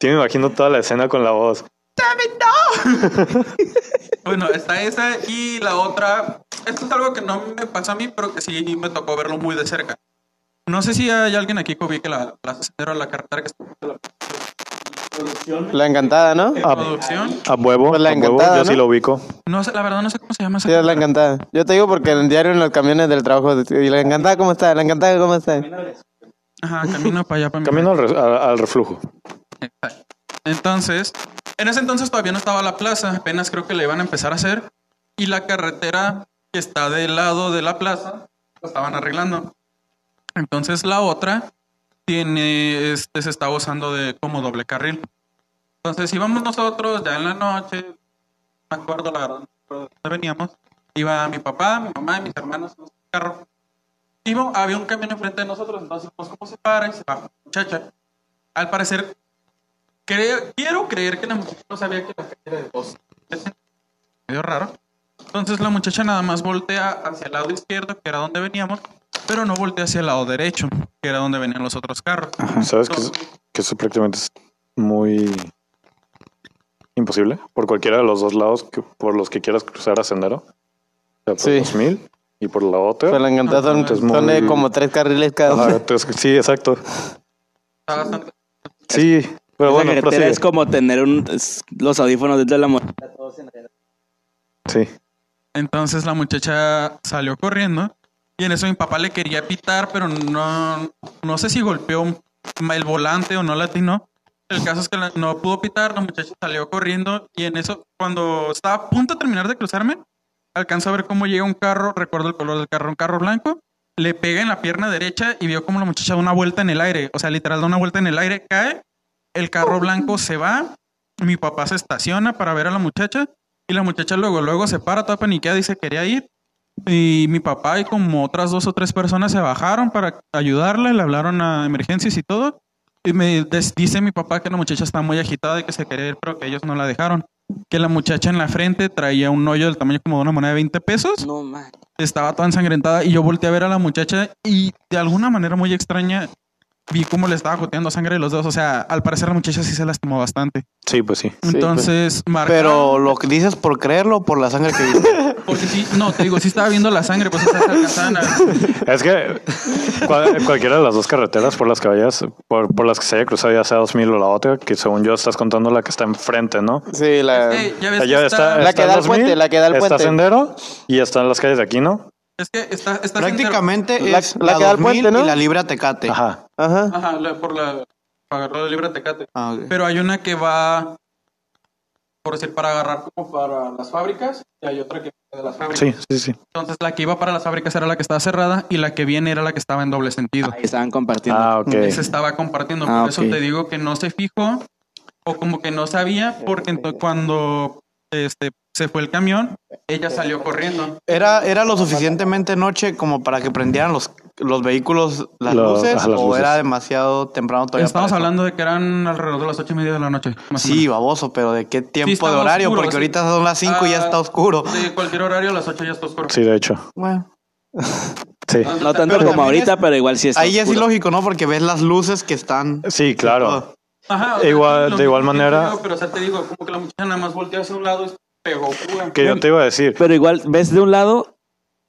[SPEAKER 1] Sí me imagino toda la escena con la voz.
[SPEAKER 3] ¡Damn it, no! bueno, está esa y la otra. Esto es algo que no me pasa a mí, pero que sí me tocó verlo muy de cerca. No sé si hay alguien aquí que ubique la, la cera, la carretera que está
[SPEAKER 5] La encantada, ¿no?
[SPEAKER 3] en
[SPEAKER 1] Ah.
[SPEAKER 3] producción.
[SPEAKER 1] A huevo,
[SPEAKER 5] Pues la
[SPEAKER 1] a huevo,
[SPEAKER 5] encantada,
[SPEAKER 1] yo
[SPEAKER 5] ¿no?
[SPEAKER 1] sí lo ubico.
[SPEAKER 3] No sé, la verdad no sé cómo se llama esa
[SPEAKER 5] Sí, es la
[SPEAKER 3] carretera.
[SPEAKER 5] encantada. Yo te digo porque en el diario en los camiones del trabajo. Y la encantada, ¿cómo está? La encantada, ¿cómo está?
[SPEAKER 3] Ajá, camino para allá, para mi
[SPEAKER 1] Camino al, re- a- al reflujo.
[SPEAKER 3] Entonces, en ese entonces todavía no estaba la plaza, apenas creo que la iban a empezar a hacer. Y la carretera que está del lado de la plaza, la estaban arreglando. Entonces la otra tiene, este, se está usando de como doble carril. Entonces íbamos nosotros ya en la noche, no me acuerdo la verdad, pero de dónde veníamos. Iba mi papá, mi mamá y mis hermanos en un carro. Iba, había un camión enfrente de nosotros, entonces pues como se para y se va, muchacha. Al parecer Creo- quiero creer que la muchacha no sabía que la calle era de dos. Es medio raro. Entonces la muchacha nada más voltea hacia el lado izquierdo, que era donde veníamos, pero no voltea hacia el lado derecho, que era donde venían los otros carros.
[SPEAKER 1] Sabes que, es- que eso prácticamente es muy imposible por cualquiera de los dos lados que, por los que quieras cruzar a sendero. O sea, por
[SPEAKER 5] Sí.
[SPEAKER 1] 2000 y por la
[SPEAKER 5] Pues la
[SPEAKER 1] otra.
[SPEAKER 5] encantada son,
[SPEAKER 1] Es muy-
[SPEAKER 5] son de como tres carriles cada
[SPEAKER 1] Ajá,
[SPEAKER 5] uno.
[SPEAKER 1] entonces, sí, exacto.
[SPEAKER 3] Está bastante-
[SPEAKER 1] Sí, pero
[SPEAKER 2] Esa
[SPEAKER 1] bueno,
[SPEAKER 2] carretera
[SPEAKER 1] prosigue.
[SPEAKER 2] es como tener un- es- los audífonos dentro de la mochila.
[SPEAKER 1] Sí.
[SPEAKER 3] Entonces la muchacha salió corriendo y en eso mi papá le quería pitar, pero no, no sé si golpeó un- el volante o no latinó. El caso es que la- no pudo pitar, la muchacha salió corriendo y en eso, cuando estaba a punto de terminar de cruzarme, alcanzo a ver cómo llega un carro, recuerdo el color del carro, un carro blanco, le pega en la pierna derecha y vio como la muchacha da una vuelta en el aire, o sea, literal da una vuelta en el aire, cae, el carro blanco se va, mi papá se estaciona para ver a la muchacha y la muchacha luego, luego se para, toda paniqueada, dice quería ir. Y mi papá y como otras dos o tres personas se bajaron para ayudarle, le hablaron a emergencias y todo. Y me des- dice mi papá que la muchacha está muy agitada y que se quería ir, pero que ellos no la dejaron. Que la muchacha en la frente traía un hoyo del tamaño como de una moneda de 20 pesos.
[SPEAKER 2] No, man.
[SPEAKER 3] Estaba toda ensangrentada y yo volteé a ver a la muchacha y de alguna manera muy extraña vi cómo le estaba goteando sangre de los dedos. O sea, al parecer la muchacha sí se lastimó bastante.
[SPEAKER 1] Sí, pues sí.
[SPEAKER 5] pues.
[SPEAKER 3] Entonces, marcaron-
[SPEAKER 4] Pero lo que dices por creerlo o por la sangre que
[SPEAKER 5] [LAUGHS]
[SPEAKER 4] viste.
[SPEAKER 3] Porque sí, no, te digo, sí estaba viendo la sangre, pues esas alcanzaban a
[SPEAKER 1] Es que cual- cualquiera de las dos carreteras por las que vayas, por, por las que se haya cruzado ya sea 2000 o la otra, que según yo estás contando la que está enfrente, ¿no?
[SPEAKER 5] Sí, la.
[SPEAKER 3] Eh, ya ves que
[SPEAKER 1] Allá está,
[SPEAKER 3] está-
[SPEAKER 5] Pues La
[SPEAKER 1] está
[SPEAKER 5] que da el
[SPEAKER 1] 2000,
[SPEAKER 5] puente, la que da el
[SPEAKER 1] está
[SPEAKER 5] puente.
[SPEAKER 1] Sendero y están las calles de aquí, ¿no?
[SPEAKER 3] Es que está, está
[SPEAKER 4] Prácticamente
[SPEAKER 5] La-
[SPEAKER 4] es
[SPEAKER 5] la
[SPEAKER 4] la,
[SPEAKER 5] que da al
[SPEAKER 4] 2000
[SPEAKER 5] puente, ¿no?
[SPEAKER 4] y la libra Tecate.
[SPEAKER 1] Ajá.
[SPEAKER 5] Ajá.
[SPEAKER 3] Ajá, la- por la. Para agarrar la libra tecate.
[SPEAKER 4] Ah, ok.
[SPEAKER 3] Pero hay una que va. Por decir, para agarrar como para las fábricas. Y hay otra que va de las fábricas.
[SPEAKER 1] Sí, sí, sí.
[SPEAKER 3] Entonces, la que iba para las fábricas era la que estaba cerrada. Y la que viene era la que estaba en doble sentido.
[SPEAKER 2] Ahí estaban compartiendo.
[SPEAKER 1] Ah, ok.
[SPEAKER 3] se estaba compartiendo.
[SPEAKER 2] Ah,
[SPEAKER 3] por eso
[SPEAKER 2] ok.
[SPEAKER 3] te digo que no se fijó o como que no sabía, porque ento- cuando este, se fue el camión, ella salió corriendo.
[SPEAKER 4] Era, era lo suficientemente noche como para que prendieran los, los vehículos las
[SPEAKER 1] Los-
[SPEAKER 4] luces
[SPEAKER 1] ajá, las
[SPEAKER 4] o
[SPEAKER 1] luces.
[SPEAKER 4] era demasiado temprano todavía.
[SPEAKER 3] Estamos
[SPEAKER 4] para eso?
[SPEAKER 3] hablando de que eran alrededor de las ocho y media de la noche. más o
[SPEAKER 4] Sí, baboso, pero ¿de qué tiempo de
[SPEAKER 3] estaba
[SPEAKER 4] horario?
[SPEAKER 3] oscuro,
[SPEAKER 4] Porque
[SPEAKER 3] sí.
[SPEAKER 4] ahorita son las 5 y ya
[SPEAKER 3] Ah,
[SPEAKER 4] está oscuro.
[SPEAKER 3] menos. De cualquier horario, a las ocho ya está oscuro.
[SPEAKER 1] Sí, de hecho.
[SPEAKER 4] Bueno,
[SPEAKER 1] Sí.
[SPEAKER 2] no tanto como
[SPEAKER 4] Pero también
[SPEAKER 2] ahorita,
[SPEAKER 4] es-
[SPEAKER 2] pero igual sí está
[SPEAKER 4] ahí es
[SPEAKER 2] oscuro.
[SPEAKER 4] ilógico, ¿no? Porque ves las luces que están. Ah.
[SPEAKER 1] Sí, claro.
[SPEAKER 3] Ajá,
[SPEAKER 1] Igual-
[SPEAKER 3] lo
[SPEAKER 1] de igual
[SPEAKER 3] mismo que
[SPEAKER 1] manera-
[SPEAKER 3] yo, pero, o sea, te digo, como que la muchacha nada más volteó hacia un lado y pegó fuga.
[SPEAKER 1] Que yo te iba a decir.
[SPEAKER 2] Pero igual ves de un lado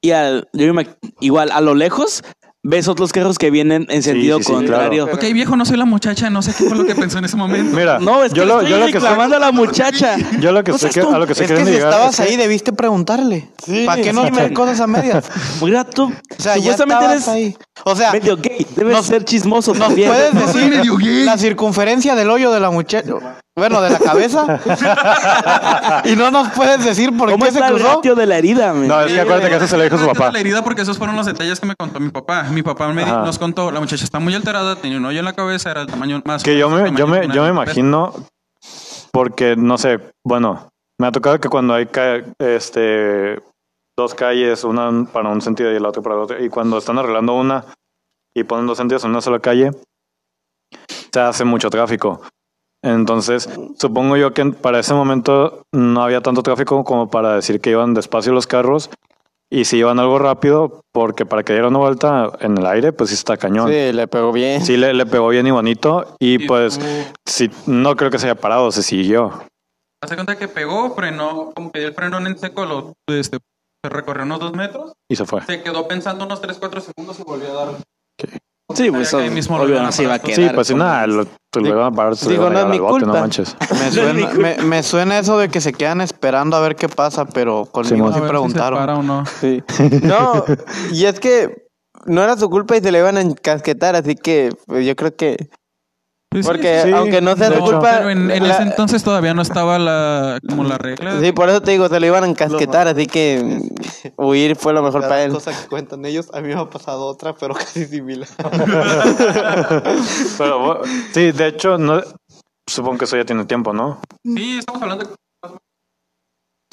[SPEAKER 2] y al, yo me imag- igual a lo lejos ves otros carros que vienen en sentido
[SPEAKER 1] sí, sí,
[SPEAKER 2] contrario.
[SPEAKER 1] claro.
[SPEAKER 3] Ok, viejo, no soy la muchacha, no sé qué fue lo que pensó en ese momento.
[SPEAKER 1] Mira,
[SPEAKER 2] No, es que
[SPEAKER 1] yo,
[SPEAKER 2] le
[SPEAKER 1] lo,
[SPEAKER 2] estoy
[SPEAKER 1] yo lo que estoy-
[SPEAKER 2] reclamando a la muchacha.
[SPEAKER 1] yo lo que
[SPEAKER 2] No
[SPEAKER 1] estoy
[SPEAKER 2] seas
[SPEAKER 1] que- a
[SPEAKER 2] tonto.
[SPEAKER 1] lo que estoy
[SPEAKER 4] Es que
[SPEAKER 1] queriendo
[SPEAKER 4] si
[SPEAKER 1] llegar
[SPEAKER 4] estabas
[SPEAKER 1] es que-
[SPEAKER 4] ahí, debiste preguntarle. ¿Para qué no dime cosas a medias?
[SPEAKER 2] Mira, tú
[SPEAKER 4] O sea, ya
[SPEAKER 2] supuestamente eres
[SPEAKER 4] estabas ahí. O sea,
[SPEAKER 2] medio gay. Debes
[SPEAKER 4] nos-
[SPEAKER 2] ser chismoso
[SPEAKER 4] nos
[SPEAKER 2] también.
[SPEAKER 4] puedes
[SPEAKER 2] No,
[SPEAKER 4] decir la circunferencia del hoyo de la muchacha. Bueno, de la cabeza. y no nos puedes decir por
[SPEAKER 2] ¿Cómo
[SPEAKER 4] qué se
[SPEAKER 2] está el
[SPEAKER 4] cruzó.
[SPEAKER 2] ratio de la herida, men?
[SPEAKER 1] No, es que acuérdate que eso se lo dijo su
[SPEAKER 3] No,
[SPEAKER 1] papá.
[SPEAKER 3] La herida porque esos fueron los detalles que me contó mi papá. Mi papá me di-
[SPEAKER 1] Ajá.
[SPEAKER 3] nos contó, la muchacha está muy alterada, tenía un hoyo en la cabeza, era el tamaño más.
[SPEAKER 1] Que yo me,
[SPEAKER 3] tamaño
[SPEAKER 1] yo
[SPEAKER 3] de
[SPEAKER 1] me,
[SPEAKER 3] una
[SPEAKER 1] yo me
[SPEAKER 3] mujer.
[SPEAKER 1] imagino, porque no sé, bueno, me ha tocado que cuando hay ca- este dos calles, una para un sentido y la otra para el otro, y cuando están arreglando una y ponen dos sentidos en una sola calle, se hace mucho tráfico. Entonces, supongo yo que para ese momento no había tanto tráfico como para decir que iban despacio los carros y si iban algo rápido, porque para que diera una vuelta en el aire, pues sí está cañón.
[SPEAKER 5] Sí, le pegó bien.
[SPEAKER 1] Sí, le, le pegó bien y bonito. Y
[SPEAKER 3] Y
[SPEAKER 1] pues,
[SPEAKER 3] tú-
[SPEAKER 1] si, no creo que se haya parado, se siguió.
[SPEAKER 3] Hace cuenta que pegó, frenó, como que dio el frenón en seco, lo, este, se recorrió unos dos metros,
[SPEAKER 1] Y se fue.
[SPEAKER 3] se quedó pensando unos 3, 4 segundos y volvió a dar.
[SPEAKER 2] Sí, pues
[SPEAKER 3] Sabía que ahí
[SPEAKER 2] obvio,
[SPEAKER 3] mismo lo
[SPEAKER 2] obvio,
[SPEAKER 3] iban a
[SPEAKER 2] no se iba a
[SPEAKER 3] parar.
[SPEAKER 2] quedar.
[SPEAKER 1] Sí, pues sí,
[SPEAKER 2] como-
[SPEAKER 1] nada, lo, te lo van a parar, te lo
[SPEAKER 5] digo,
[SPEAKER 1] van a
[SPEAKER 5] no es
[SPEAKER 1] llevar
[SPEAKER 5] mi
[SPEAKER 1] al bote, no
[SPEAKER 5] culpa.
[SPEAKER 1] manches.
[SPEAKER 5] [LAUGHS]
[SPEAKER 4] Me suena, me, me suena eso de que se quedan esperando a ver qué pasa, pero conmigo
[SPEAKER 1] Simón.
[SPEAKER 4] sí
[SPEAKER 3] A ver si se para
[SPEAKER 4] preguntaron.
[SPEAKER 3] o no.
[SPEAKER 5] Sí. [LAUGHS] No, y es que no era su culpa y se le iban a encasquetar, así que pues, yo creo que.
[SPEAKER 3] Sí, sí,
[SPEAKER 5] Porque
[SPEAKER 1] sí,
[SPEAKER 5] aunque no sea
[SPEAKER 1] de
[SPEAKER 5] su
[SPEAKER 1] hecho.
[SPEAKER 5] culpa.
[SPEAKER 3] Pero en, en
[SPEAKER 5] la-
[SPEAKER 3] ese entonces todavía no estaba la, como la regla.
[SPEAKER 5] Sí, por eso te digo, se lo iban a encasquetar, así que [LAUGHS] mm, huir fue lo mejor para él.
[SPEAKER 4] que cuentan ellos, a mí me ha pasado otra, pero [LAUGHS] casi similar.
[SPEAKER 1] Pero, bueno, sí, de hecho, no, supongo que eso ya tiene tiempo, ¿no?
[SPEAKER 3] Sí, estamos hablando.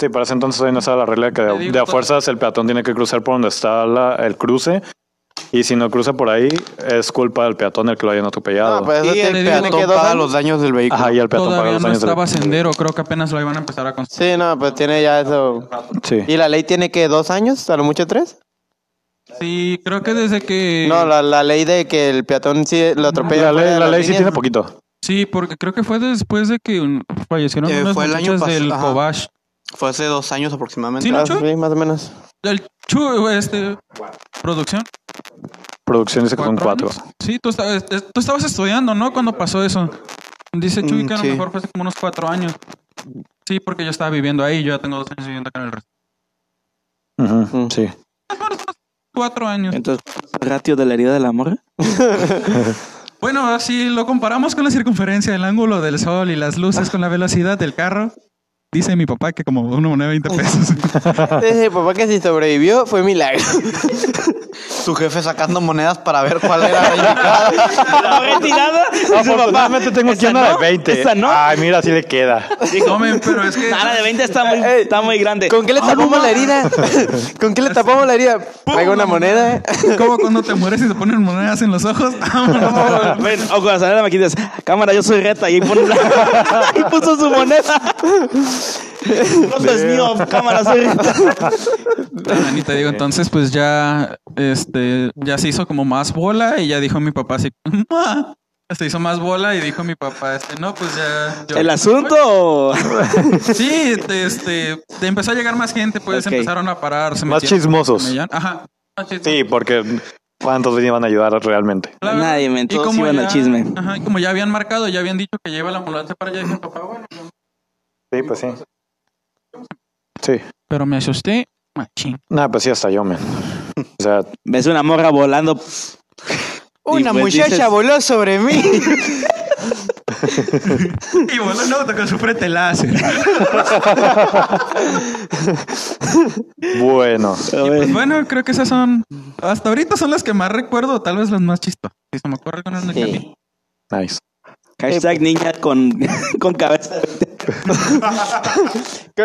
[SPEAKER 1] Sí, para ese entonces hoy no estaba la regla que
[SPEAKER 3] Te
[SPEAKER 1] de,
[SPEAKER 3] digo
[SPEAKER 1] de a
[SPEAKER 5] pues.
[SPEAKER 3] todo.
[SPEAKER 1] fuerzas el peatón tiene que cruzar por donde está la- el cruce. Y si no cruza por ahí, es culpa del peatón el que lo hayan atropellado.
[SPEAKER 5] [LAUGHS] No, pues eso
[SPEAKER 4] Y
[SPEAKER 5] tiene-
[SPEAKER 4] el
[SPEAKER 3] te
[SPEAKER 5] tiene
[SPEAKER 3] digo,
[SPEAKER 5] que
[SPEAKER 4] peatón
[SPEAKER 5] dos
[SPEAKER 4] paga
[SPEAKER 5] años.
[SPEAKER 4] los daños del vehículo.
[SPEAKER 1] Ajá, y el peatón para
[SPEAKER 3] Todavía
[SPEAKER 1] los
[SPEAKER 3] no
[SPEAKER 1] años de-
[SPEAKER 3] estaba sendero, creo que apenas lo iban a empezar a construir.
[SPEAKER 5] Sí, no, pues tiene ya eso.
[SPEAKER 1] Sí.
[SPEAKER 5] ¿Y la ley tiene que dos años? ¿A lo mucho tres?
[SPEAKER 3] Sí, creo que desde que.
[SPEAKER 5] No, la, la ley de que el peatón sí lo atropella.
[SPEAKER 1] La
[SPEAKER 5] fuera de
[SPEAKER 1] ley, la
[SPEAKER 5] las
[SPEAKER 1] ley sí
[SPEAKER 5] líneas.
[SPEAKER 1] tiene poquito.
[SPEAKER 3] Sí, porque creo que fue después de que un- fallecieron
[SPEAKER 4] Eh,
[SPEAKER 3] unas
[SPEAKER 4] fue el año
[SPEAKER 3] muchachas del
[SPEAKER 4] pasado, ajá.
[SPEAKER 3] Cobash.
[SPEAKER 4] Fue hace dos años aproximadamente.
[SPEAKER 3] Sí, ¿no?
[SPEAKER 5] Ah,
[SPEAKER 3] Chuy?
[SPEAKER 5] sí, más o menos.
[SPEAKER 3] Del Chu, este. Producción.
[SPEAKER 1] Producciones que son
[SPEAKER 3] ¿Cuatro
[SPEAKER 1] cuatro.
[SPEAKER 3] años? Sí, tú, estabas- eh, tú estabas estudiando, ¿no? Cuando pasó eso. Dice Chuy
[SPEAKER 4] Mm,
[SPEAKER 3] que a lo
[SPEAKER 4] sí.
[SPEAKER 3] mejor fue hace como unos cuatro años. Sí, porque yo estaba viviendo ahí, yo ya tengo dos años viviendo acá en el resto.
[SPEAKER 1] Ujú,
[SPEAKER 5] Mm.
[SPEAKER 1] Sí.
[SPEAKER 3] Cuatro años.
[SPEAKER 2] Entonces, ratio de la herida de la morra.
[SPEAKER 3] Bueno, si lo comparamos con la circunferencia, el ángulo del sol y las luces con la velocidad del carro, dice mi papá que como una moneda de 20 pesos.
[SPEAKER 1] Ah.
[SPEAKER 5] Dice, papá que si sobrevivió
[SPEAKER 1] [LAUGHS]
[SPEAKER 5] fue milagro.
[SPEAKER 4] Su jefe sacando monedas para ver cuál era la indicada.
[SPEAKER 2] La retirada.
[SPEAKER 1] Afortunadamente tengo aquí una de 20.
[SPEAKER 2] Esa no.
[SPEAKER 1] Ay, mira, así le queda.
[SPEAKER 3] no, men, pero es que...
[SPEAKER 2] Nada de 20 está muy,
[SPEAKER 5] Ey,
[SPEAKER 2] está muy grande.
[SPEAKER 5] ¿Con qué le
[SPEAKER 2] Ah,
[SPEAKER 5] tapamos
[SPEAKER 2] no
[SPEAKER 5] la
[SPEAKER 2] mames.
[SPEAKER 5] herida?
[SPEAKER 4] [LAUGHS]
[SPEAKER 5] ¿Con qué le tapamos la herida? Traigo una moneda.
[SPEAKER 4] ¿eh?
[SPEAKER 3] Como cuando te mueres y te ponen monedas en los ojos. [LAUGHS] Vámonos.
[SPEAKER 2] Ven, o cuando sale la maquinita, dices, cámara, yo soy reta. Y ahí pones la- [LAUGHS] y puso su moneda. Rosa es mío, cámara, soy reta.
[SPEAKER 3] Ah, Ni te digo, entonces pues ya, este, ya se hizo como más bola y ya dijo mi papá así, "Ma". se hizo más bola y dijo mi papá, este, no, pues ya. yo-
[SPEAKER 2] El asunto.
[SPEAKER 3] Sí, este, este, te empezó a llegar más gente, pues
[SPEAKER 2] Ok.
[SPEAKER 3] empezaron a parar. se
[SPEAKER 1] Más
[SPEAKER 3] metieron-
[SPEAKER 1] chismosos.
[SPEAKER 3] se metían- Ajá. más chismosos.
[SPEAKER 1] Sí, porque ¿cuántos iban a ayudar realmente?
[SPEAKER 3] La verdad.
[SPEAKER 2] Nadie, men,
[SPEAKER 3] Y
[SPEAKER 2] todos
[SPEAKER 3] como
[SPEAKER 2] iban al
[SPEAKER 3] ya-
[SPEAKER 2] chisme.
[SPEAKER 3] Ajá, y como ya habían marcado, ya habían dicho que lleva la ambulancia para allá, dije, papá, bueno. yo-
[SPEAKER 1] Sí, pues sí. Sí.
[SPEAKER 3] Pero me asusté, machín.
[SPEAKER 1] Nada, pues sí, hasta yo, men. O sea,
[SPEAKER 2] Ves una morra volando.
[SPEAKER 4] Una
[SPEAKER 2] pues
[SPEAKER 4] muchacha
[SPEAKER 2] dices-
[SPEAKER 4] voló sobre mí.
[SPEAKER 3] [LAUGHS]
[SPEAKER 4] [LAUGHS]
[SPEAKER 3] Y bueno, no, tocó su frente láser.
[SPEAKER 1] bueno.
[SPEAKER 3] Pues bueno, creo que esas son. Hasta ahorita son las que más recuerdo, tal vez las más chistosas. Si se me ocurre alguna en el camino.
[SPEAKER 1] Nice.
[SPEAKER 2] Hashtag niña con, [LAUGHS] con cabeza.
[SPEAKER 5] Con-